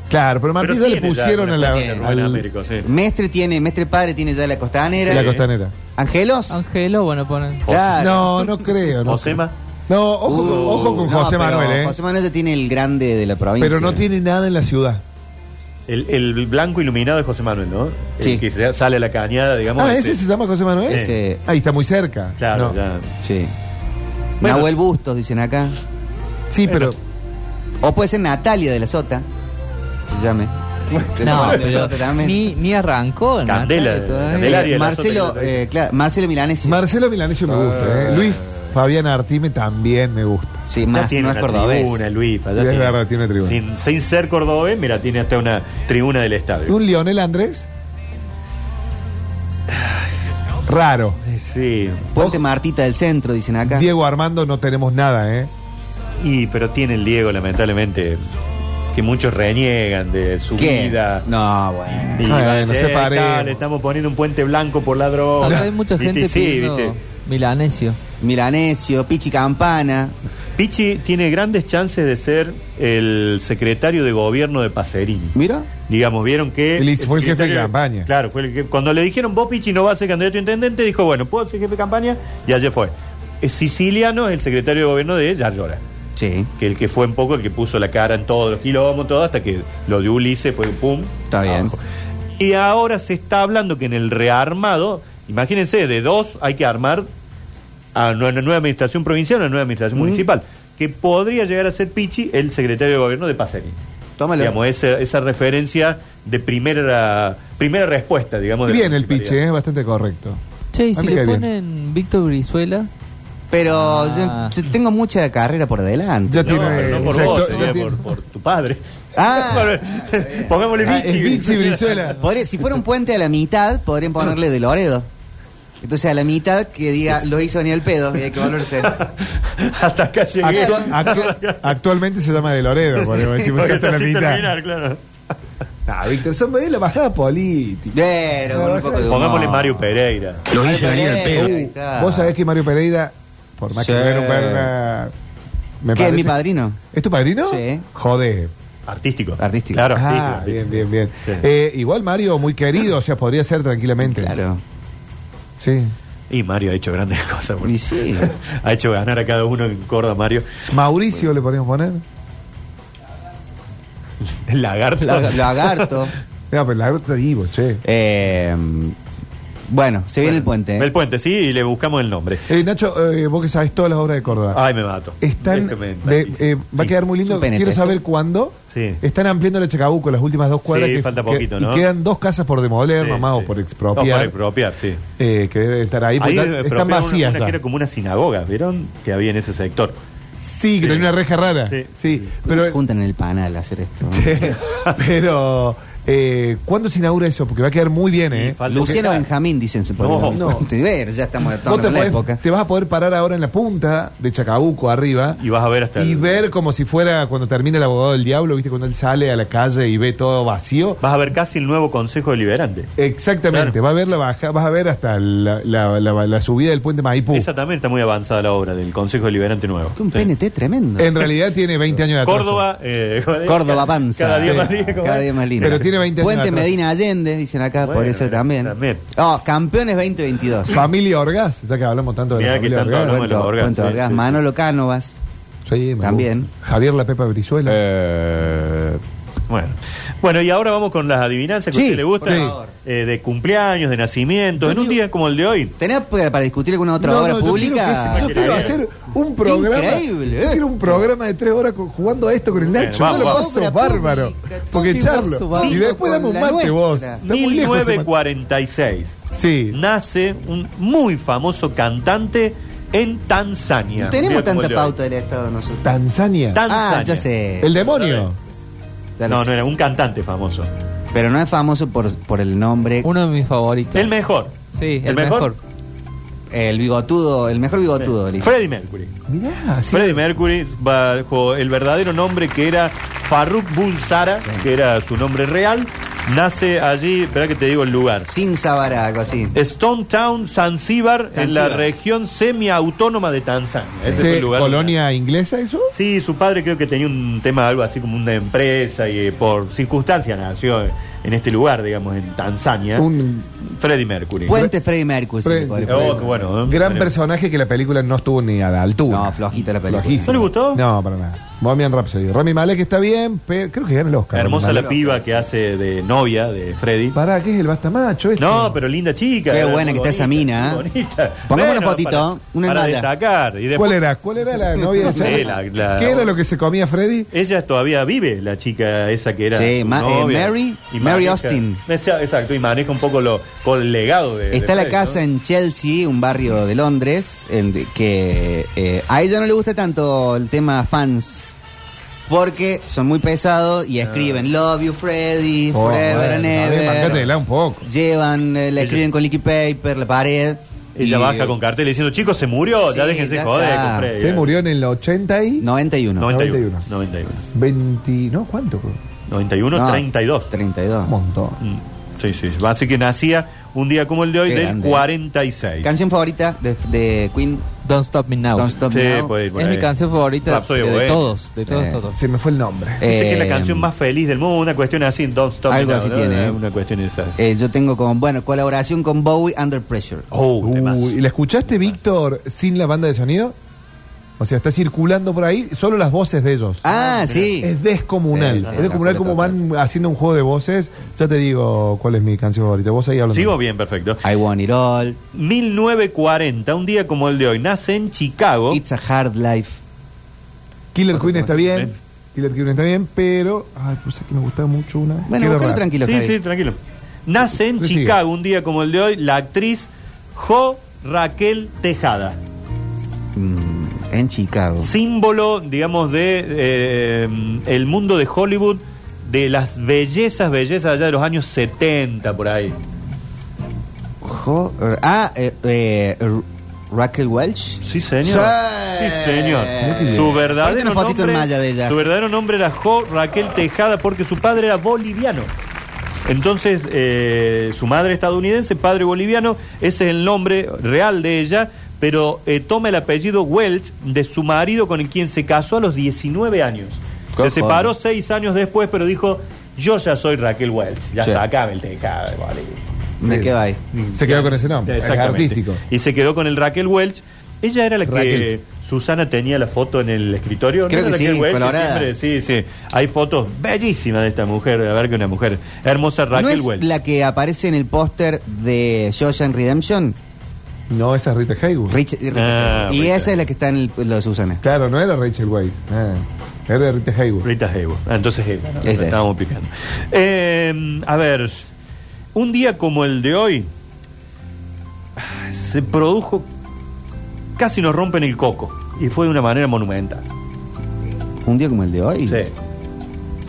Speaker 5: Claro, pero Martí ya
Speaker 3: Pero
Speaker 5: le
Speaker 3: tiene ya
Speaker 5: pusieron
Speaker 3: una
Speaker 5: a la,
Speaker 3: especie de
Speaker 5: al-
Speaker 3: Rubén Américo, sí.
Speaker 2: Mestre tiene, Mestre Padre tiene ya la costanera.
Speaker 5: la
Speaker 3: Sí.
Speaker 5: costanera.
Speaker 2: ¿Angelos?
Speaker 15: Angelo, bueno, ponen.
Speaker 2: Claro.
Speaker 5: No, no creo. No,
Speaker 3: Josema.
Speaker 5: creo. no ojo, con-
Speaker 2: Uh,
Speaker 5: ojo con
Speaker 2: no,
Speaker 5: José
Speaker 2: pero
Speaker 5: Manuel, ¿eh?
Speaker 2: José Manuel ya tiene el grande de la provincia.
Speaker 5: Pero no tiene nada en la ciudad.
Speaker 3: El, el blanco iluminado es José Manuel, ¿no?
Speaker 2: Sí.
Speaker 3: El que se- sale a la cañada, digamos.
Speaker 5: Ah,
Speaker 3: ese-
Speaker 5: ¿ese se llama José Manuel?
Speaker 2: Ese.
Speaker 5: Ahí está muy cerca.
Speaker 3: Claro,
Speaker 5: No.
Speaker 3: ya.
Speaker 2: Sí.
Speaker 3: Bueno.
Speaker 2: Nahuel Bustos, dicen acá.
Speaker 5: Sí, pero
Speaker 2: O puede ser Natalia de la Sota. que Se llame.
Speaker 15: No,
Speaker 2: Nosotros
Speaker 15: pero
Speaker 2: también.
Speaker 15: ni, ni arrancó.
Speaker 3: Candela,
Speaker 15: Natalia, todavía.
Speaker 3: Candelaria,
Speaker 2: Marcelo, eh, claro, Marcelo Milanesi.
Speaker 5: Marcelo Milanesi me gusta, ¿eh? Luis Fabián Artime también me gusta.
Speaker 2: Sí,
Speaker 3: Ya tiene una tribuna, Luis. allá
Speaker 5: Sí, es
Speaker 3: tiene-
Speaker 5: verdad, tiene tribuna.
Speaker 3: Sin, sin ser cordobés, mira, tiene hasta una tribuna del estadio.
Speaker 5: ¿Un Lionel Andrés? Raro.
Speaker 3: Sí.
Speaker 2: Ponte Martita del centro, dicen acá.
Speaker 5: Diego Armando no tenemos nada, ¿eh?
Speaker 3: Y, pero tiene el Diego, lamentablemente, que muchos reniegan de su
Speaker 2: ¿Qué?
Speaker 3: vida.
Speaker 2: No, bueno.
Speaker 3: Y
Speaker 5: Ay,
Speaker 3: van a
Speaker 5: Ah, no
Speaker 3: decir,
Speaker 5: se pare.
Speaker 3: "Eh, Le estamos poniendo un puente blanco por la droga.
Speaker 15: Acá hay mucha
Speaker 3: ¿Viste?
Speaker 15: gente
Speaker 3: Sí,
Speaker 15: pidiendo
Speaker 3: ¿viste?
Speaker 15: Milanesio.
Speaker 2: Milanesio, Pichi Campana.
Speaker 3: Pichi tiene grandes chances de ser el secretario de gobierno de Pacerini.
Speaker 2: Mira.
Speaker 3: Digamos, vieron que.
Speaker 5: Él hizo- fue el jefe de
Speaker 3: secretario-
Speaker 5: campaña.
Speaker 3: Claro, fue el que. Cuando le dijeron, vos, Pichi, no vas a ser candidato a intendente, dijo, bueno, puedo ser jefe de campaña, y ayer fue. Eh, Siciliano es el secretario de gobierno de Yarlora,
Speaker 2: Sí,
Speaker 3: que el que fue un poco el que puso la cara en todos los quilombos, todo, hasta que lo de Ulises fue pum.
Speaker 2: está bien.
Speaker 3: Y ahora se está hablando que en el rearmado, imagínense, de dos hay que armar a una una nueva administración provincial, una nueva administración municipal, que podría llegar a ser Pichi el secretario de gobierno de Pacerini.
Speaker 2: Tómalo.
Speaker 3: Digamos, esa, esa referencia de primera primera respuesta, digamos. de la
Speaker 5: Bien el
Speaker 3: municipalidad.
Speaker 5: piche, ¿eh? Bastante correcto.
Speaker 2: Ah,
Speaker 15: Che, y
Speaker 5: A
Speaker 15: si
Speaker 5: mí
Speaker 15: le
Speaker 5: cae bien.
Speaker 15: ponen Víctor Brizuela,
Speaker 2: Pero
Speaker 15: Ah.
Speaker 2: yo- yo tengo mucha carrera por delante.
Speaker 5: Ya
Speaker 3: No,
Speaker 5: ¿eh? tiene.
Speaker 3: no por
Speaker 5: ya
Speaker 3: vos,
Speaker 5: to-
Speaker 3: sino
Speaker 5: ya tiene-
Speaker 3: por, por tu padre.
Speaker 2: Ah.
Speaker 3: Pongámosle
Speaker 5: Ah,
Speaker 3: Pichi.
Speaker 5: es Vichy Brizuela.
Speaker 2: Podría- si fuera un puente a la mitad, podrían ponerle de Loredo. Entonces a la mitad que diga, lo hizo ni el pedo, y hay que volverse.
Speaker 3: Hasta acá llegué.
Speaker 5: Actua- actua- actualmente se llama de Loredo, podemos decir, porque está en la
Speaker 3: sin
Speaker 5: mitad.
Speaker 3: terminar, claro.
Speaker 5: Ah, Víctor, son es la bajada política.
Speaker 2: Pero con un poco de humor.
Speaker 3: Pongámosle Mario Pereira.
Speaker 2: Lo
Speaker 5: hizo Daniel Vos sabés que Mario Pereira, por más que
Speaker 2: Sí.
Speaker 5: Reno Perna, me
Speaker 2: ¿Qué es mi
Speaker 5: parece-
Speaker 2: padrino?
Speaker 5: ¿Es tu padrino?
Speaker 2: Sí.
Speaker 5: Joder.
Speaker 3: Artístico.
Speaker 2: Artístico.
Speaker 3: Claro, artístico.
Speaker 5: Ah,
Speaker 3: artístico.
Speaker 5: bien, bien, bien.
Speaker 3: Sí.
Speaker 5: Eh, igual Mario, muy querido, o sea, podría ser tranquilamente.
Speaker 2: Claro.
Speaker 5: Sí.
Speaker 3: Y Mario ha hecho grandes cosas. bueno.
Speaker 2: Y sí.
Speaker 3: ha hecho ganar a cada uno en Córdoba, Mario.
Speaker 5: Mauricio le podríamos poner. No,
Speaker 3: El lagarto.
Speaker 2: Lagarto.
Speaker 5: Ah, pero la otra vivo, che.
Speaker 2: Eh, bueno, se viene el puente. ¿eh?
Speaker 3: El puente, sí, y le buscamos el nombre.
Speaker 5: Eh, Nacho, eh, vos que sabés todas las obras de Córdoba.
Speaker 3: Ay, me mato.
Speaker 5: Están,
Speaker 3: Este me-
Speaker 5: de- eh, va a quedar muy
Speaker 2: Es
Speaker 5: lindo.
Speaker 2: un pene,
Speaker 5: Quiero
Speaker 2: esto.
Speaker 5: saber cuándo.
Speaker 3: Sí.
Speaker 5: Están ampliando el Chacabuco, las últimas dos cuadras.
Speaker 3: Sí, falta poquito,
Speaker 5: que-
Speaker 3: ¿no?
Speaker 5: Y quedan dos casas por demoler,
Speaker 3: Sí,
Speaker 5: mamá,
Speaker 3: sí.
Speaker 5: o por expropiar.
Speaker 3: No, por expropiar, sí.
Speaker 5: eh, que deben estar ahí.
Speaker 3: Ahí eh,
Speaker 5: porque están- están
Speaker 3: expropiaron una-
Speaker 5: vacías.
Speaker 3: una
Speaker 5: ya.
Speaker 3: que era como una sinagoga, ¿vieron? Que había en ese sector.
Speaker 5: Sí, que
Speaker 3: Sí.
Speaker 5: tenía una reja rara.
Speaker 3: Sí.
Speaker 5: Sí.
Speaker 2: ¿Por qué se
Speaker 5: Pero,
Speaker 2: juntan en el panal a hacer esto.
Speaker 5: pero eh, ¿cuándo se inaugura eso? Porque va a quedar muy bien, ¿eh?
Speaker 3: falta-
Speaker 2: Luciano Benjamín, dicen, se pone.
Speaker 3: No.
Speaker 2: No. Ver, ya estamos de
Speaker 5: Vos
Speaker 2: tono
Speaker 5: te,
Speaker 2: con la
Speaker 5: podés-
Speaker 2: época.
Speaker 5: te vas a poder parar ahora en la punta de Chacabuco, arriba.
Speaker 3: Y vas a ver hasta.
Speaker 5: Y
Speaker 3: el-
Speaker 5: ver como si fuera cuando termina el abogado del diablo, ¿viste? Cuando él sale a la calle y ve todo vacío.
Speaker 3: Vas a ver casi el nuevo Consejo Deliberante.
Speaker 5: Exactamente,
Speaker 3: Claro.
Speaker 5: va a ver la baja, vas a ver hasta la, la- la- la subida del puente Maipú.
Speaker 3: Esa también está muy avanzada la obra del Consejo Deliberante Nuevo.
Speaker 2: Que un
Speaker 3: Sí.
Speaker 2: PNT tremendo.
Speaker 5: En realidad tiene 20 años de atraso.
Speaker 3: Córdoba. eh,
Speaker 2: Córdoba Panza.
Speaker 3: Cada día
Speaker 5: Sí.
Speaker 3: más lindo. ¿eh?
Speaker 2: Cada día más lindo.
Speaker 5: Pero tiene 20 años
Speaker 2: Puente
Speaker 5: atrás.
Speaker 2: Medina Allende, dicen acá,
Speaker 3: Bueno,
Speaker 2: por eso también.
Speaker 3: también.
Speaker 2: Oh, campeones 2022.
Speaker 5: Familia Orgaz, ya que hablamos tanto de
Speaker 3: Mirá
Speaker 5: la
Speaker 3: que
Speaker 5: familia
Speaker 3: tanto
Speaker 5: Orgaz.
Speaker 3: hablamos.
Speaker 2: Puente,
Speaker 3: los Orgaz,
Speaker 2: Puente
Speaker 3: sí,
Speaker 2: Orgaz,
Speaker 3: sí,
Speaker 2: Manolo Cánovas.
Speaker 5: Sí, me
Speaker 2: También. Eh,
Speaker 5: gusta. Javier La Pepa Brizuela.
Speaker 3: Bueno. bueno, y ahora vamos con las adivinanzas que
Speaker 2: Sí,
Speaker 3: a usted le
Speaker 2: por
Speaker 3: gustan.
Speaker 2: favor.
Speaker 3: eh, de cumpleaños, de nacimiento.
Speaker 2: Yo
Speaker 3: En un
Speaker 2: digo-
Speaker 3: día como el de hoy.
Speaker 2: ¿Tenés pa- para discutir alguna otra
Speaker 5: No,
Speaker 2: obra
Speaker 5: no, yo
Speaker 2: pública?
Speaker 5: quiero que- este Yo quiero, hacer un programa.
Speaker 2: Increíble,
Speaker 5: yo
Speaker 2: ¿eh?
Speaker 5: quiero un programa de tres horas con- jugando a esto con el
Speaker 3: Bueno,
Speaker 5: Nacho.
Speaker 3: vamos,
Speaker 5: no lo
Speaker 3: vamos.
Speaker 5: paso bárbaro.
Speaker 2: Pública,
Speaker 5: Porque
Speaker 2: todo
Speaker 5: charlo.
Speaker 2: universo, vamos.
Speaker 5: Y después dame un
Speaker 2: Con la
Speaker 5: mate vos.
Speaker 2: nuestra.
Speaker 5: Está muy lejos ese mate.
Speaker 3: 1946.
Speaker 5: Sí.
Speaker 3: Nace un muy famoso cantante en Tanzania.
Speaker 2: Tenemos
Speaker 3: Un día
Speaker 2: tanta
Speaker 3: como el de hoy.
Speaker 2: pauta del Estado nosotros.
Speaker 5: Tanzania.
Speaker 3: Tanzania.
Speaker 2: Ah, ya sé.
Speaker 5: el demonio.
Speaker 2: Ya lo
Speaker 3: No,
Speaker 2: sé.
Speaker 3: no era un cantante famoso.
Speaker 2: Pero no es famoso por, por el nombre.
Speaker 15: uno de mis favoritos.
Speaker 3: El mejor.
Speaker 15: sí, el,
Speaker 3: ¿El mejor?
Speaker 15: mejor.
Speaker 2: El bigotudo, el mejor bigotudo. listo.
Speaker 3: Freddie Mercury.
Speaker 5: Mirá, sí.
Speaker 3: Freddie Mercury bajo el verdadero nombre que era Farruk Bulsara, que era su nombre real, nace allí, espera que te digo el lugar.
Speaker 2: Sin Sabara, algo así.
Speaker 3: Stone Town, Zanzíbar, en la
Speaker 2: Zanzíbar.
Speaker 3: región semiautónoma de Tanzania. Ese fue
Speaker 5: Che,
Speaker 3: el lugar donde-
Speaker 5: ¿Colonia inglesa eso?
Speaker 3: Sí, su padre creo que tenía un tema, algo así como una empresa, y eh, por circunstancias nació en este lugar, digamos, en Tanzania.
Speaker 5: Un
Speaker 3: Freddie Mercury.
Speaker 2: Puente Freddie Mercury. Pues sí,
Speaker 5: Freddie.
Speaker 2: podría-
Speaker 3: Oh, qué bueno, ¿eh?
Speaker 5: gran
Speaker 3: Bueno.
Speaker 5: personaje que la película no estuvo ni a la altura. Uh,
Speaker 2: No, flojita la película.
Speaker 5: Flojísima.
Speaker 3: ¿No le gustó?
Speaker 5: No, para nada. Bohemian Rhapsody. Rami Malek está bien, pero creo que gana el Oscar.
Speaker 3: Hermosa la piba que hace de novia de Freddy.
Speaker 5: Pará, ¿qué es el bastamacho este?
Speaker 3: No, pero linda chica.
Speaker 2: Qué
Speaker 3: era
Speaker 2: buena
Speaker 3: muy
Speaker 2: que está esa mina, ¿eh?
Speaker 3: muy Bonita.
Speaker 2: Pongamos una fotito,
Speaker 3: para-
Speaker 2: una
Speaker 3: para
Speaker 2: medalla.
Speaker 3: destacar. Y después-
Speaker 5: ¿Cuál era? ¿Cuál era la novia de
Speaker 3: No sé,
Speaker 5: Charlie?
Speaker 3: la- la-
Speaker 5: ¿Qué era lo que se comía Freddy?
Speaker 3: Ella todavía vive, la chica esa que era.
Speaker 2: Sí,
Speaker 3: su
Speaker 2: ma- eh,
Speaker 3: novia.
Speaker 2: Mary- Mary Austin.
Speaker 3: Esa- Exacto, y maneja un poco lo, con el legado Eh, de. de
Speaker 2: Está la
Speaker 3: Freddy, ¿no?
Speaker 2: casa en Chelsea, un barrio de Londres, en de- que eh, a ella no le gusta tanto el tema fans, porque son muy pesados y
Speaker 3: Ah.
Speaker 2: escriben Love You Freddy,
Speaker 5: Oh,
Speaker 2: Forever
Speaker 5: bueno,
Speaker 2: and
Speaker 5: a ver,
Speaker 2: Ever.
Speaker 5: bancátela un poco.
Speaker 2: Llevan, eh, la
Speaker 3: Ella-
Speaker 2: escriben con liquid paper, la pared.
Speaker 3: Ella
Speaker 2: y-
Speaker 3: baja con cartel diciendo, chicos, se murió, ya
Speaker 2: Sí,
Speaker 3: déjense
Speaker 2: ya
Speaker 3: joder
Speaker 2: está.
Speaker 3: con Freddy.
Speaker 5: Se murió en el 80 y...
Speaker 2: 91.
Speaker 3: 91. 91.
Speaker 5: 20... ¿No? ¿Cuánto?
Speaker 3: 91,
Speaker 2: No,
Speaker 3: 32.
Speaker 2: 32.
Speaker 5: Un montón.
Speaker 3: Mm, Sí, sí. sí. Así que nacía un día como el de hoy,
Speaker 2: Qué
Speaker 3: del
Speaker 2: grande.
Speaker 3: 46.
Speaker 2: Canción favorita de, de Queen,
Speaker 15: Don't Stop Me Now.
Speaker 2: Don't Stop
Speaker 3: Sí,
Speaker 2: Me Now.
Speaker 3: pues,
Speaker 15: es mi
Speaker 3: eh,
Speaker 15: canción favorita
Speaker 3: Rhapsody
Speaker 15: pero de,
Speaker 3: Bohemia.
Speaker 15: todos, de todos,
Speaker 2: Eh.
Speaker 15: todos.
Speaker 5: Se me fue el nombre.
Speaker 3: Dice que es
Speaker 2: Eh,
Speaker 3: la canción más feliz del mundo, una cuestión así, Don't Stop Me
Speaker 2: Algo
Speaker 3: Now,
Speaker 2: así
Speaker 3: ¿no?
Speaker 2: tiene, ¿eh?
Speaker 3: Una cuestión esa.
Speaker 2: eh, yo tengo con, bueno, colaboración con Bowie, Under Pressure.
Speaker 3: Oh, temazo.
Speaker 5: Uy, ¿Y la escuchaste, Víctor, sin la banda de sonido? O sea, está circulando por ahí solo las voces de ellos.
Speaker 2: Ah, sí.
Speaker 5: Es descomunal.
Speaker 2: Sí, sí,
Speaker 5: es descomunal
Speaker 2: la
Speaker 5: como
Speaker 2: completa,
Speaker 5: van haciendo un juego de voces. Ya te digo cuál es mi canción favorita. Vos ahí hablando.
Speaker 3: Sigo bien, perfecto.
Speaker 2: I Want It All,
Speaker 3: 1940, un día como el de hoy, nace en Chicago.
Speaker 2: It's a Hard Life.
Speaker 5: Killer Queen está bien.
Speaker 3: Bien.
Speaker 5: Killer Queen está bien, pero. Ay, pues es que me gustaba mucho una.
Speaker 2: Bueno,
Speaker 5: Quiero
Speaker 2: búscalo
Speaker 5: rap.
Speaker 2: tranquilo,
Speaker 3: Sí,
Speaker 2: Javi.
Speaker 3: sí, tranquilo. Nace en
Speaker 5: Sí, sigue.
Speaker 3: Chicago, un día como el de hoy, la actriz Jo Raquel Tejada.
Speaker 2: Mm, en Chicago.
Speaker 3: símbolo, digamos, de eh, el mundo de Hollywood, de las bellezas, bellezas allá de los años 70 por ahí.
Speaker 2: Jo- ah, eh, eh, R- Raquel Welch.
Speaker 3: Sí, señor.
Speaker 2: Sí.
Speaker 3: Sí, señor.
Speaker 2: Mirá qué bien.
Speaker 3: Su
Speaker 2: Ponete
Speaker 3: verdadero
Speaker 2: una fotito en
Speaker 3: nombre,
Speaker 2: malla de ella.
Speaker 3: su verdadero nombre era Jo Raquel Tejada porque su padre era boliviano. Entonces, eh, su madre estadounidense, padre boliviano, ese es el nombre real de ella, pero eh, toma el apellido Welch de su marido con el quien se casó a los 19 años.
Speaker 2: Qué
Speaker 3: Se
Speaker 2: joder.
Speaker 3: separó seis años después, pero dijo, yo ya soy Raquel Welch, ya
Speaker 2: Sí.
Speaker 3: sacame el tejado de Bolivia.
Speaker 2: Me quedo ahí.
Speaker 5: Se quedó con ese nombre.
Speaker 3: Exactamente.
Speaker 5: Artístico.
Speaker 3: Y se quedó con el Raquel Welch. Ella era la que
Speaker 5: Raquel.
Speaker 3: Susana tenía la foto en el escritorio. ¿no?
Speaker 2: Creo que
Speaker 3: Raquel
Speaker 2: sí,
Speaker 3: Welch,
Speaker 2: colorada.
Speaker 3: siempre- sí, sí. Hay fotos bellísimas de esta mujer. A ver que una mujer hermosa,
Speaker 2: ¿No
Speaker 3: Raquel
Speaker 2: es
Speaker 3: Welch.
Speaker 2: la que aparece en el póster de Shawshank Redemption?
Speaker 5: No, esa es Rita Hayworth.
Speaker 2: Rich- Rich-
Speaker 3: Ah,
Speaker 2: y
Speaker 3: Rita.
Speaker 2: esa es la que está en el, lo de Susana.
Speaker 5: Claro, no era Rachel Weisz. Ah, era Rita Hayworth.
Speaker 3: Rita Hayworth. Ah, entonces ella. ¿no?
Speaker 2: Esa es.
Speaker 3: Estábamos picando. Eh, a ver, un día como el de hoy se produjo casi nos rompen el coco y fue de una manera monumental.
Speaker 2: Un día como el de hoy.
Speaker 3: Sí.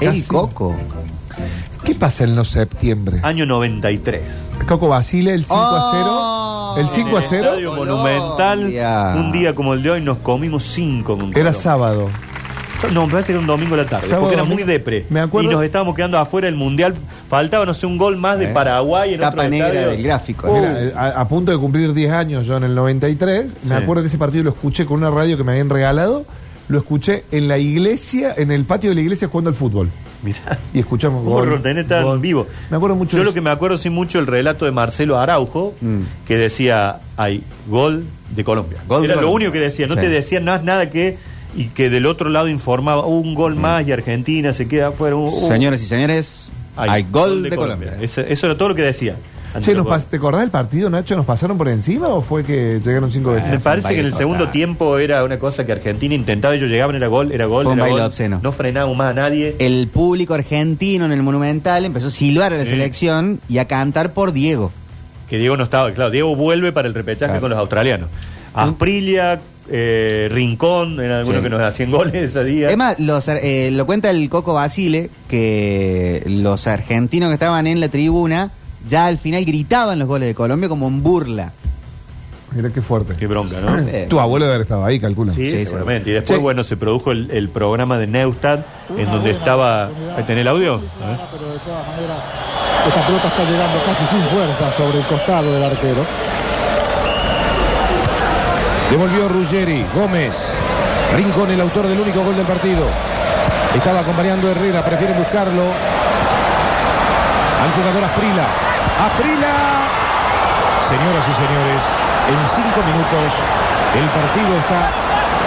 Speaker 2: El
Speaker 5: Casi.
Speaker 2: Coco.
Speaker 5: ¿Qué pasa en los septiembre?
Speaker 2: Ah,
Speaker 3: Año 93.
Speaker 5: Coco Basile, el 5
Speaker 2: Oh,
Speaker 5: a 0. El 5 a
Speaker 3: En el
Speaker 5: 0
Speaker 3: Estadio Monumental.
Speaker 2: Colombia.
Speaker 3: Un día como el de hoy nos comimos cinco. con
Speaker 5: era
Speaker 3: Colombia.
Speaker 5: sábado.
Speaker 3: No, me parece que era un domingo a la tarde,
Speaker 5: Sábado,
Speaker 3: porque era
Speaker 5: domingo.
Speaker 3: muy depre.
Speaker 5: Me acuerdo.
Speaker 3: Y nos estábamos quedando afuera del Mundial. Faltaba, no sé, un gol más de
Speaker 2: Eh.
Speaker 3: Paraguay. En
Speaker 2: Tapa
Speaker 3: otro
Speaker 2: negra
Speaker 3: estadio.
Speaker 2: del gráfico,
Speaker 3: Uh,
Speaker 5: Mira, eh, a, a punto de cumplir 10 años yo en el 93,
Speaker 3: Sí.
Speaker 5: me acuerdo que ese partido lo escuché con una radio que me habían regalado, lo escuché en la iglesia, en el patio de la iglesia jugando al fútbol.
Speaker 3: mirá.
Speaker 5: Y escuchamos
Speaker 3: ¿Cómo
Speaker 5: gol,
Speaker 3: lo tenés tan
Speaker 5: gol.
Speaker 3: vivo?
Speaker 5: Me acuerdo mucho
Speaker 3: Yo
Speaker 5: de
Speaker 3: lo
Speaker 5: eso.
Speaker 3: que me acuerdo sí mucho el relato de Marcelo Araujo,
Speaker 2: Mm.
Speaker 3: que decía, hay gol de Colombia.
Speaker 2: Gol de
Speaker 3: Era lo
Speaker 2: Colombia.
Speaker 3: único que decía, no
Speaker 2: Sí.
Speaker 3: te decía nada, nada que... Y que del otro lado informaba un gol
Speaker 5: Mm.
Speaker 3: más y Argentina se queda afuera. Uh, uh.
Speaker 2: Señoras y señores,
Speaker 3: Hay
Speaker 2: hay gol de Colombia.
Speaker 3: Ese- Eso, era todo lo que decía.
Speaker 5: Che,
Speaker 3: Antes
Speaker 5: nos
Speaker 3: del
Speaker 5: pas- ¿te acordás del partido, Nacho? ¿Nos pasaron por encima o fue que llegaron cinco
Speaker 3: gol.
Speaker 5: veces?
Speaker 3: Me parece que en el
Speaker 2: pues, baile
Speaker 3: segundo
Speaker 2: total.
Speaker 3: tiempo era una cosa que Argentina intentaba, ellos llegaban, era gol, era gol,
Speaker 2: Fue un
Speaker 3: era
Speaker 2: baile
Speaker 3: gol.
Speaker 2: obsceno.
Speaker 3: No frenaban más a nadie.
Speaker 2: El público argentino en el Monumental empezó a silbar a la
Speaker 3: Sí.
Speaker 2: selección y a cantar por Diego.
Speaker 3: Que Diego no estaba, claro, Diego vuelve para el repechaje
Speaker 2: Claro. Ah.
Speaker 3: con los australianos. Asprilia, eh, Rincón, eran algunos
Speaker 2: Sí.
Speaker 3: que nos hacían goles ese día.
Speaker 2: Es más, los, ar- eh, lo cuenta el Coco Basile, que los argentinos que estaban en la tribuna ya al final gritaban los goles de Colombia como en burla.
Speaker 5: Mira qué fuerte.
Speaker 3: Qué bronca, ¿no?
Speaker 2: Eh,
Speaker 5: Tu abuelo debe haber estado ahí, calcula.
Speaker 3: Sí,
Speaker 2: Sí,
Speaker 3: seguramente. Y después,
Speaker 5: Sí.
Speaker 3: bueno, se produjo el, el programa de Neustadt, en donde estaba... ¿Tenés el audio? A ver.
Speaker 16: Pero de todas maneras, Ah, esta pelota está llegando casi sin fuerza sobre el costado del arquero.
Speaker 17: Devolvió Ruggeri, Gómez, Rincón, el autor del único gol del partido. Estaba acompañando a Herrera, prefiere buscarlo. Al jugador Aprila. Aprila. Señoras y señores, en cinco minutos el partido está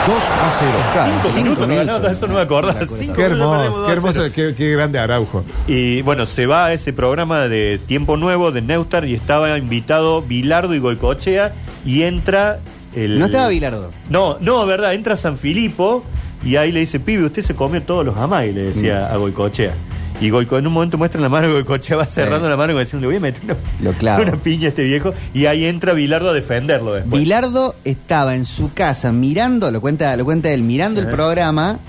Speaker 17: 2 a 0.
Speaker 3: Claro, Cinco cinco minutos, minutos. no, no, eso no me acordaba. Cinco
Speaker 5: Qué
Speaker 3: minutos perdimos
Speaker 5: hermoso,
Speaker 3: dos
Speaker 5: qué
Speaker 3: a
Speaker 5: hermoso,
Speaker 3: cero.
Speaker 5: qué, qué grande Araujo.
Speaker 3: Y bueno, se va a ese programa de Tiempo Nuevo de Neustar y estaba invitado Bilardo y Goicochea y entra el...
Speaker 2: No estaba Bilardo.
Speaker 3: No, no, verdad, entra San Filipo y ahí le dice, pibe, usted se comió todos los y le decía
Speaker 2: Mm.
Speaker 3: a Goicochea. Y Goico, en un momento muestra la mano, Goicochea va cerrando la mano y diciendo, le voy a meter una,
Speaker 2: Lo clavo.
Speaker 3: una piña a este viejo. Y ahí entra Bilardo a defenderlo después.
Speaker 2: Bilardo estaba en su casa mirando, lo cuenta, lo cuenta él, mirando el
Speaker 3: Ajá.
Speaker 2: programa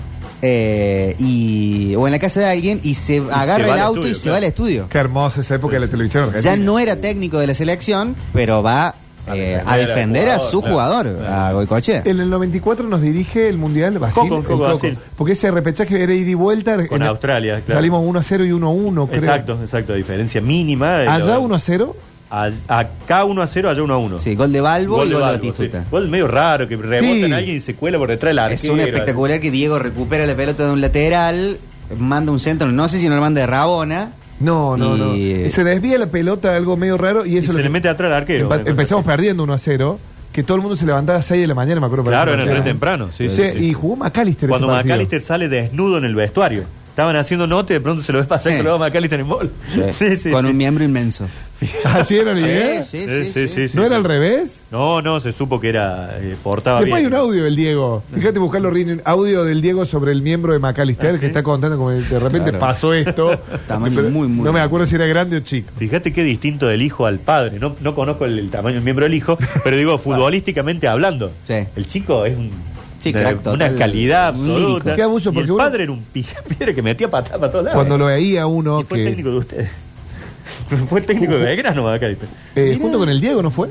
Speaker 2: eh, y, o en la casa de alguien y se agarra
Speaker 5: se va
Speaker 2: el
Speaker 5: al
Speaker 2: auto y
Speaker 5: estudio,
Speaker 2: se
Speaker 5: claro.
Speaker 2: va al estudio.
Speaker 5: Qué hermosa esa época de la televisión
Speaker 2: Ya
Speaker 5: argentina.
Speaker 2: no era técnico de la selección, pero va eh, a
Speaker 5: al
Speaker 2: defender a, su
Speaker 5: jugador,
Speaker 2: jugador, a Goicochea.
Speaker 5: En el 94 nos dirige el Mundial Brasil.
Speaker 3: Coco,
Speaker 5: el
Speaker 3: Coco Brasil.
Speaker 5: Porque ese repechaje era ida y vuelta.
Speaker 3: Con
Speaker 5: en-
Speaker 3: Australia, claro.
Speaker 5: Salimos 1 a 0 y 1 a 1, creo.
Speaker 3: Exacto, exacto, diferencia mínima. de
Speaker 5: Allá
Speaker 3: lo-
Speaker 5: 1 a 0.
Speaker 3: Al- acá 1 a 0, allá 1 a 1.
Speaker 2: Sí, gol de Balbo y gol de Batistuta.
Speaker 3: sí. Gol medio raro, que rebota
Speaker 2: Sí.
Speaker 3: en alguien y se cuela por detrás del arquero.
Speaker 2: Es una espectacular que Diego recupera la pelota de un lateral, manda un centro, no sé si no lo manda de Rabona.
Speaker 5: No, no,
Speaker 2: Y,
Speaker 5: no.
Speaker 2: eh,
Speaker 5: se desvía la pelota, algo medio raro. Y eso
Speaker 3: se le mete atrás al arquero. eh,
Speaker 5: Empa- empezamos perdiendo 1 a 0. Que todo el mundo se levantaba a 6 de la mañana, me acuerdo. para
Speaker 3: Claro,
Speaker 5: ese
Speaker 3: era re
Speaker 5: partido.
Speaker 3: temprano, sí,
Speaker 5: Che,
Speaker 3: sí, sí.
Speaker 5: Y jugó
Speaker 2: este
Speaker 5: McAllister.
Speaker 3: Cuando
Speaker 5: ese partido.
Speaker 3: McAllister sale desnudo en el vestuario. Estaban haciendo nota y de pronto se lo ves pasar
Speaker 2: Sí.
Speaker 3: y luego McAllister en bol. Sí, sí,
Speaker 2: con
Speaker 3: sí.
Speaker 2: un miembro inmenso.
Speaker 5: ¿Así era la
Speaker 3: Sí,
Speaker 5: idea?
Speaker 3: sí, sí, sí, sí, sí.
Speaker 5: ¿No era al revés?
Speaker 3: No, no, se supo que era eh, portaba
Speaker 5: Después hay
Speaker 3: bien.
Speaker 5: un audio del Diego. Fíjate, buscarlo, Rini. un Audio del Diego sobre el miembro de McAllister
Speaker 3: ¿Ah,
Speaker 5: que está contando como de repente
Speaker 2: Claro.
Speaker 5: pasó esto.
Speaker 2: Tamaño
Speaker 5: Pero
Speaker 2: muy, muy
Speaker 5: no me acuerdo si era grande o chico.
Speaker 3: Fíjate qué distinto del hijo al padre. No, no conozco el, el tamaño del miembro del hijo, pero digo futbolísticamente hablando.
Speaker 2: Sí.
Speaker 3: El chico es un-
Speaker 2: Sí,
Speaker 3: una,
Speaker 2: crack
Speaker 3: una
Speaker 2: total,
Speaker 3: calidad
Speaker 2: un lírico.
Speaker 3: absoluta.
Speaker 5: Qué abuso,
Speaker 3: Y
Speaker 5: porque
Speaker 3: el
Speaker 5: uno-
Speaker 3: padre era un pija piedra que metía patada para todos lados.
Speaker 5: Cuando lo veía uno
Speaker 3: Fue
Speaker 5: que.
Speaker 3: técnico de ustedes. Fue el técnico de Belgrano, Macalito.
Speaker 5: eh, junto con el Diego, ¿no fue?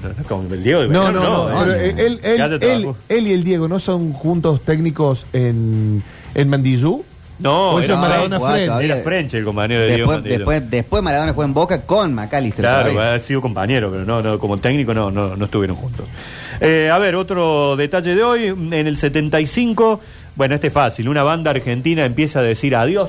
Speaker 3: No, no, con el Diego de
Speaker 5: No, no,
Speaker 3: Belgrano.
Speaker 5: no. pero
Speaker 3: eh.
Speaker 5: él, él-
Speaker 3: Ya te
Speaker 5: él-
Speaker 3: trabajó.
Speaker 5: él y el Diego no son juntos técnicos en, en Mandillú.
Speaker 3: No,
Speaker 5: Vos
Speaker 3: era
Speaker 5: sos Maradona
Speaker 3: French.
Speaker 5: French.
Speaker 3: Era
Speaker 2: Todavía-
Speaker 3: French el compañero de Diego
Speaker 2: Después,
Speaker 3: Mandelo.
Speaker 2: después, después Maradona juega en Boca con McAllister.
Speaker 3: Claro,
Speaker 2: todavía.
Speaker 3: ha sido compañero, pero no, no, como técnico no, no, no estuvieron juntos. Eh, a ver, otro detalle de hoy, en el 75, bueno, este es fácil, una banda argentina empieza a decir adiós.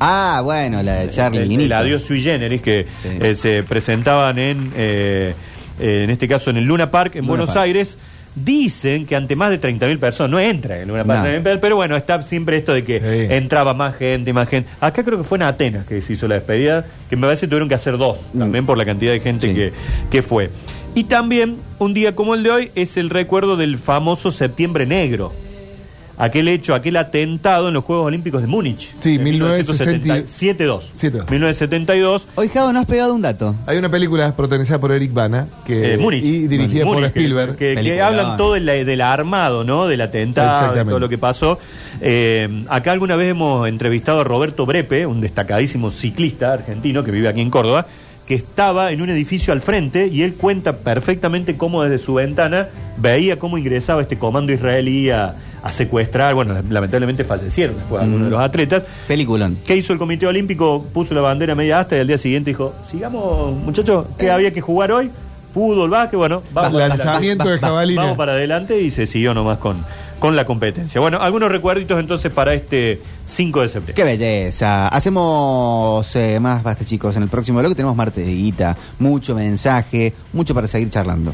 Speaker 2: Ah, bueno, la de Charlie
Speaker 3: el, el
Speaker 2: Linito.
Speaker 3: adiós sui generis que
Speaker 2: Sí.
Speaker 3: eh, se presentaban en, eh, eh, en este caso en el Luna Park en
Speaker 2: Luna
Speaker 3: Buenos
Speaker 2: Park.
Speaker 3: Aires. Dicen que ante más de 30.000 personas no entra en Luna Park,
Speaker 2: No.
Speaker 3: 30.000, pero bueno, está siempre esto de que
Speaker 5: Sí.
Speaker 3: entraba más gente, más gente. Acá creo que fue en Atenas que se hizo la despedida, que me parece que tuvieron que hacer dos, también por la cantidad de gente
Speaker 2: Mm. Sí.
Speaker 3: que, que fue. Y también, un día como el de hoy, es el recuerdo del famoso Septiembre Negro. Aquel hecho, aquel atentado en los Juegos Olímpicos de Múnich.
Speaker 5: Sí,
Speaker 3: en
Speaker 5: 1960.
Speaker 3: 1972.
Speaker 5: Siete dos.
Speaker 3: 1972.
Speaker 2: Hoy, Javo, no has pegado un dato.
Speaker 5: Hay una película protagonizada por Eric Bana que,
Speaker 3: eh, Múnich.
Speaker 5: y dirigida
Speaker 3: Múnich,
Speaker 5: por
Speaker 3: que-
Speaker 5: Spielberg.
Speaker 3: Que, que
Speaker 2: Peliculón.
Speaker 3: hablan todo del, del armado, ¿no? Del atentado, de
Speaker 5: Exactamente.
Speaker 3: todo lo que pasó. Eh, acá alguna vez hemos entrevistado a Roberto Brepe, un destacadísimo ciclista argentino que vive aquí en Córdoba, que estaba en un edificio al frente y él cuenta perfectamente cómo desde su ventana veía cómo ingresaba este comando israelí a, a secuestrar. Bueno, lamentablemente fallecieron después
Speaker 5: Mm.
Speaker 3: algunos de los atletas.
Speaker 2: Peliculón.
Speaker 3: ¿Qué hizo el Comité Olímpico? Puso la bandera media asta y al día siguiente dijo, sigamos, muchachos, ¿qué había que jugar hoy? Pudo el básquet, bueno, vamos, para adelante.
Speaker 5: Lanzamiento de jabalina.
Speaker 3: Vamos para adelante y se siguió nomás con, con la competencia. Bueno, algunos recuerditos entonces para este 5 de septiembre.
Speaker 2: Qué belleza. Hacemos eh, más basta, chicos. En el próximo bloque tenemos martes de guita, mucho mensaje, mucho para seguir charlando.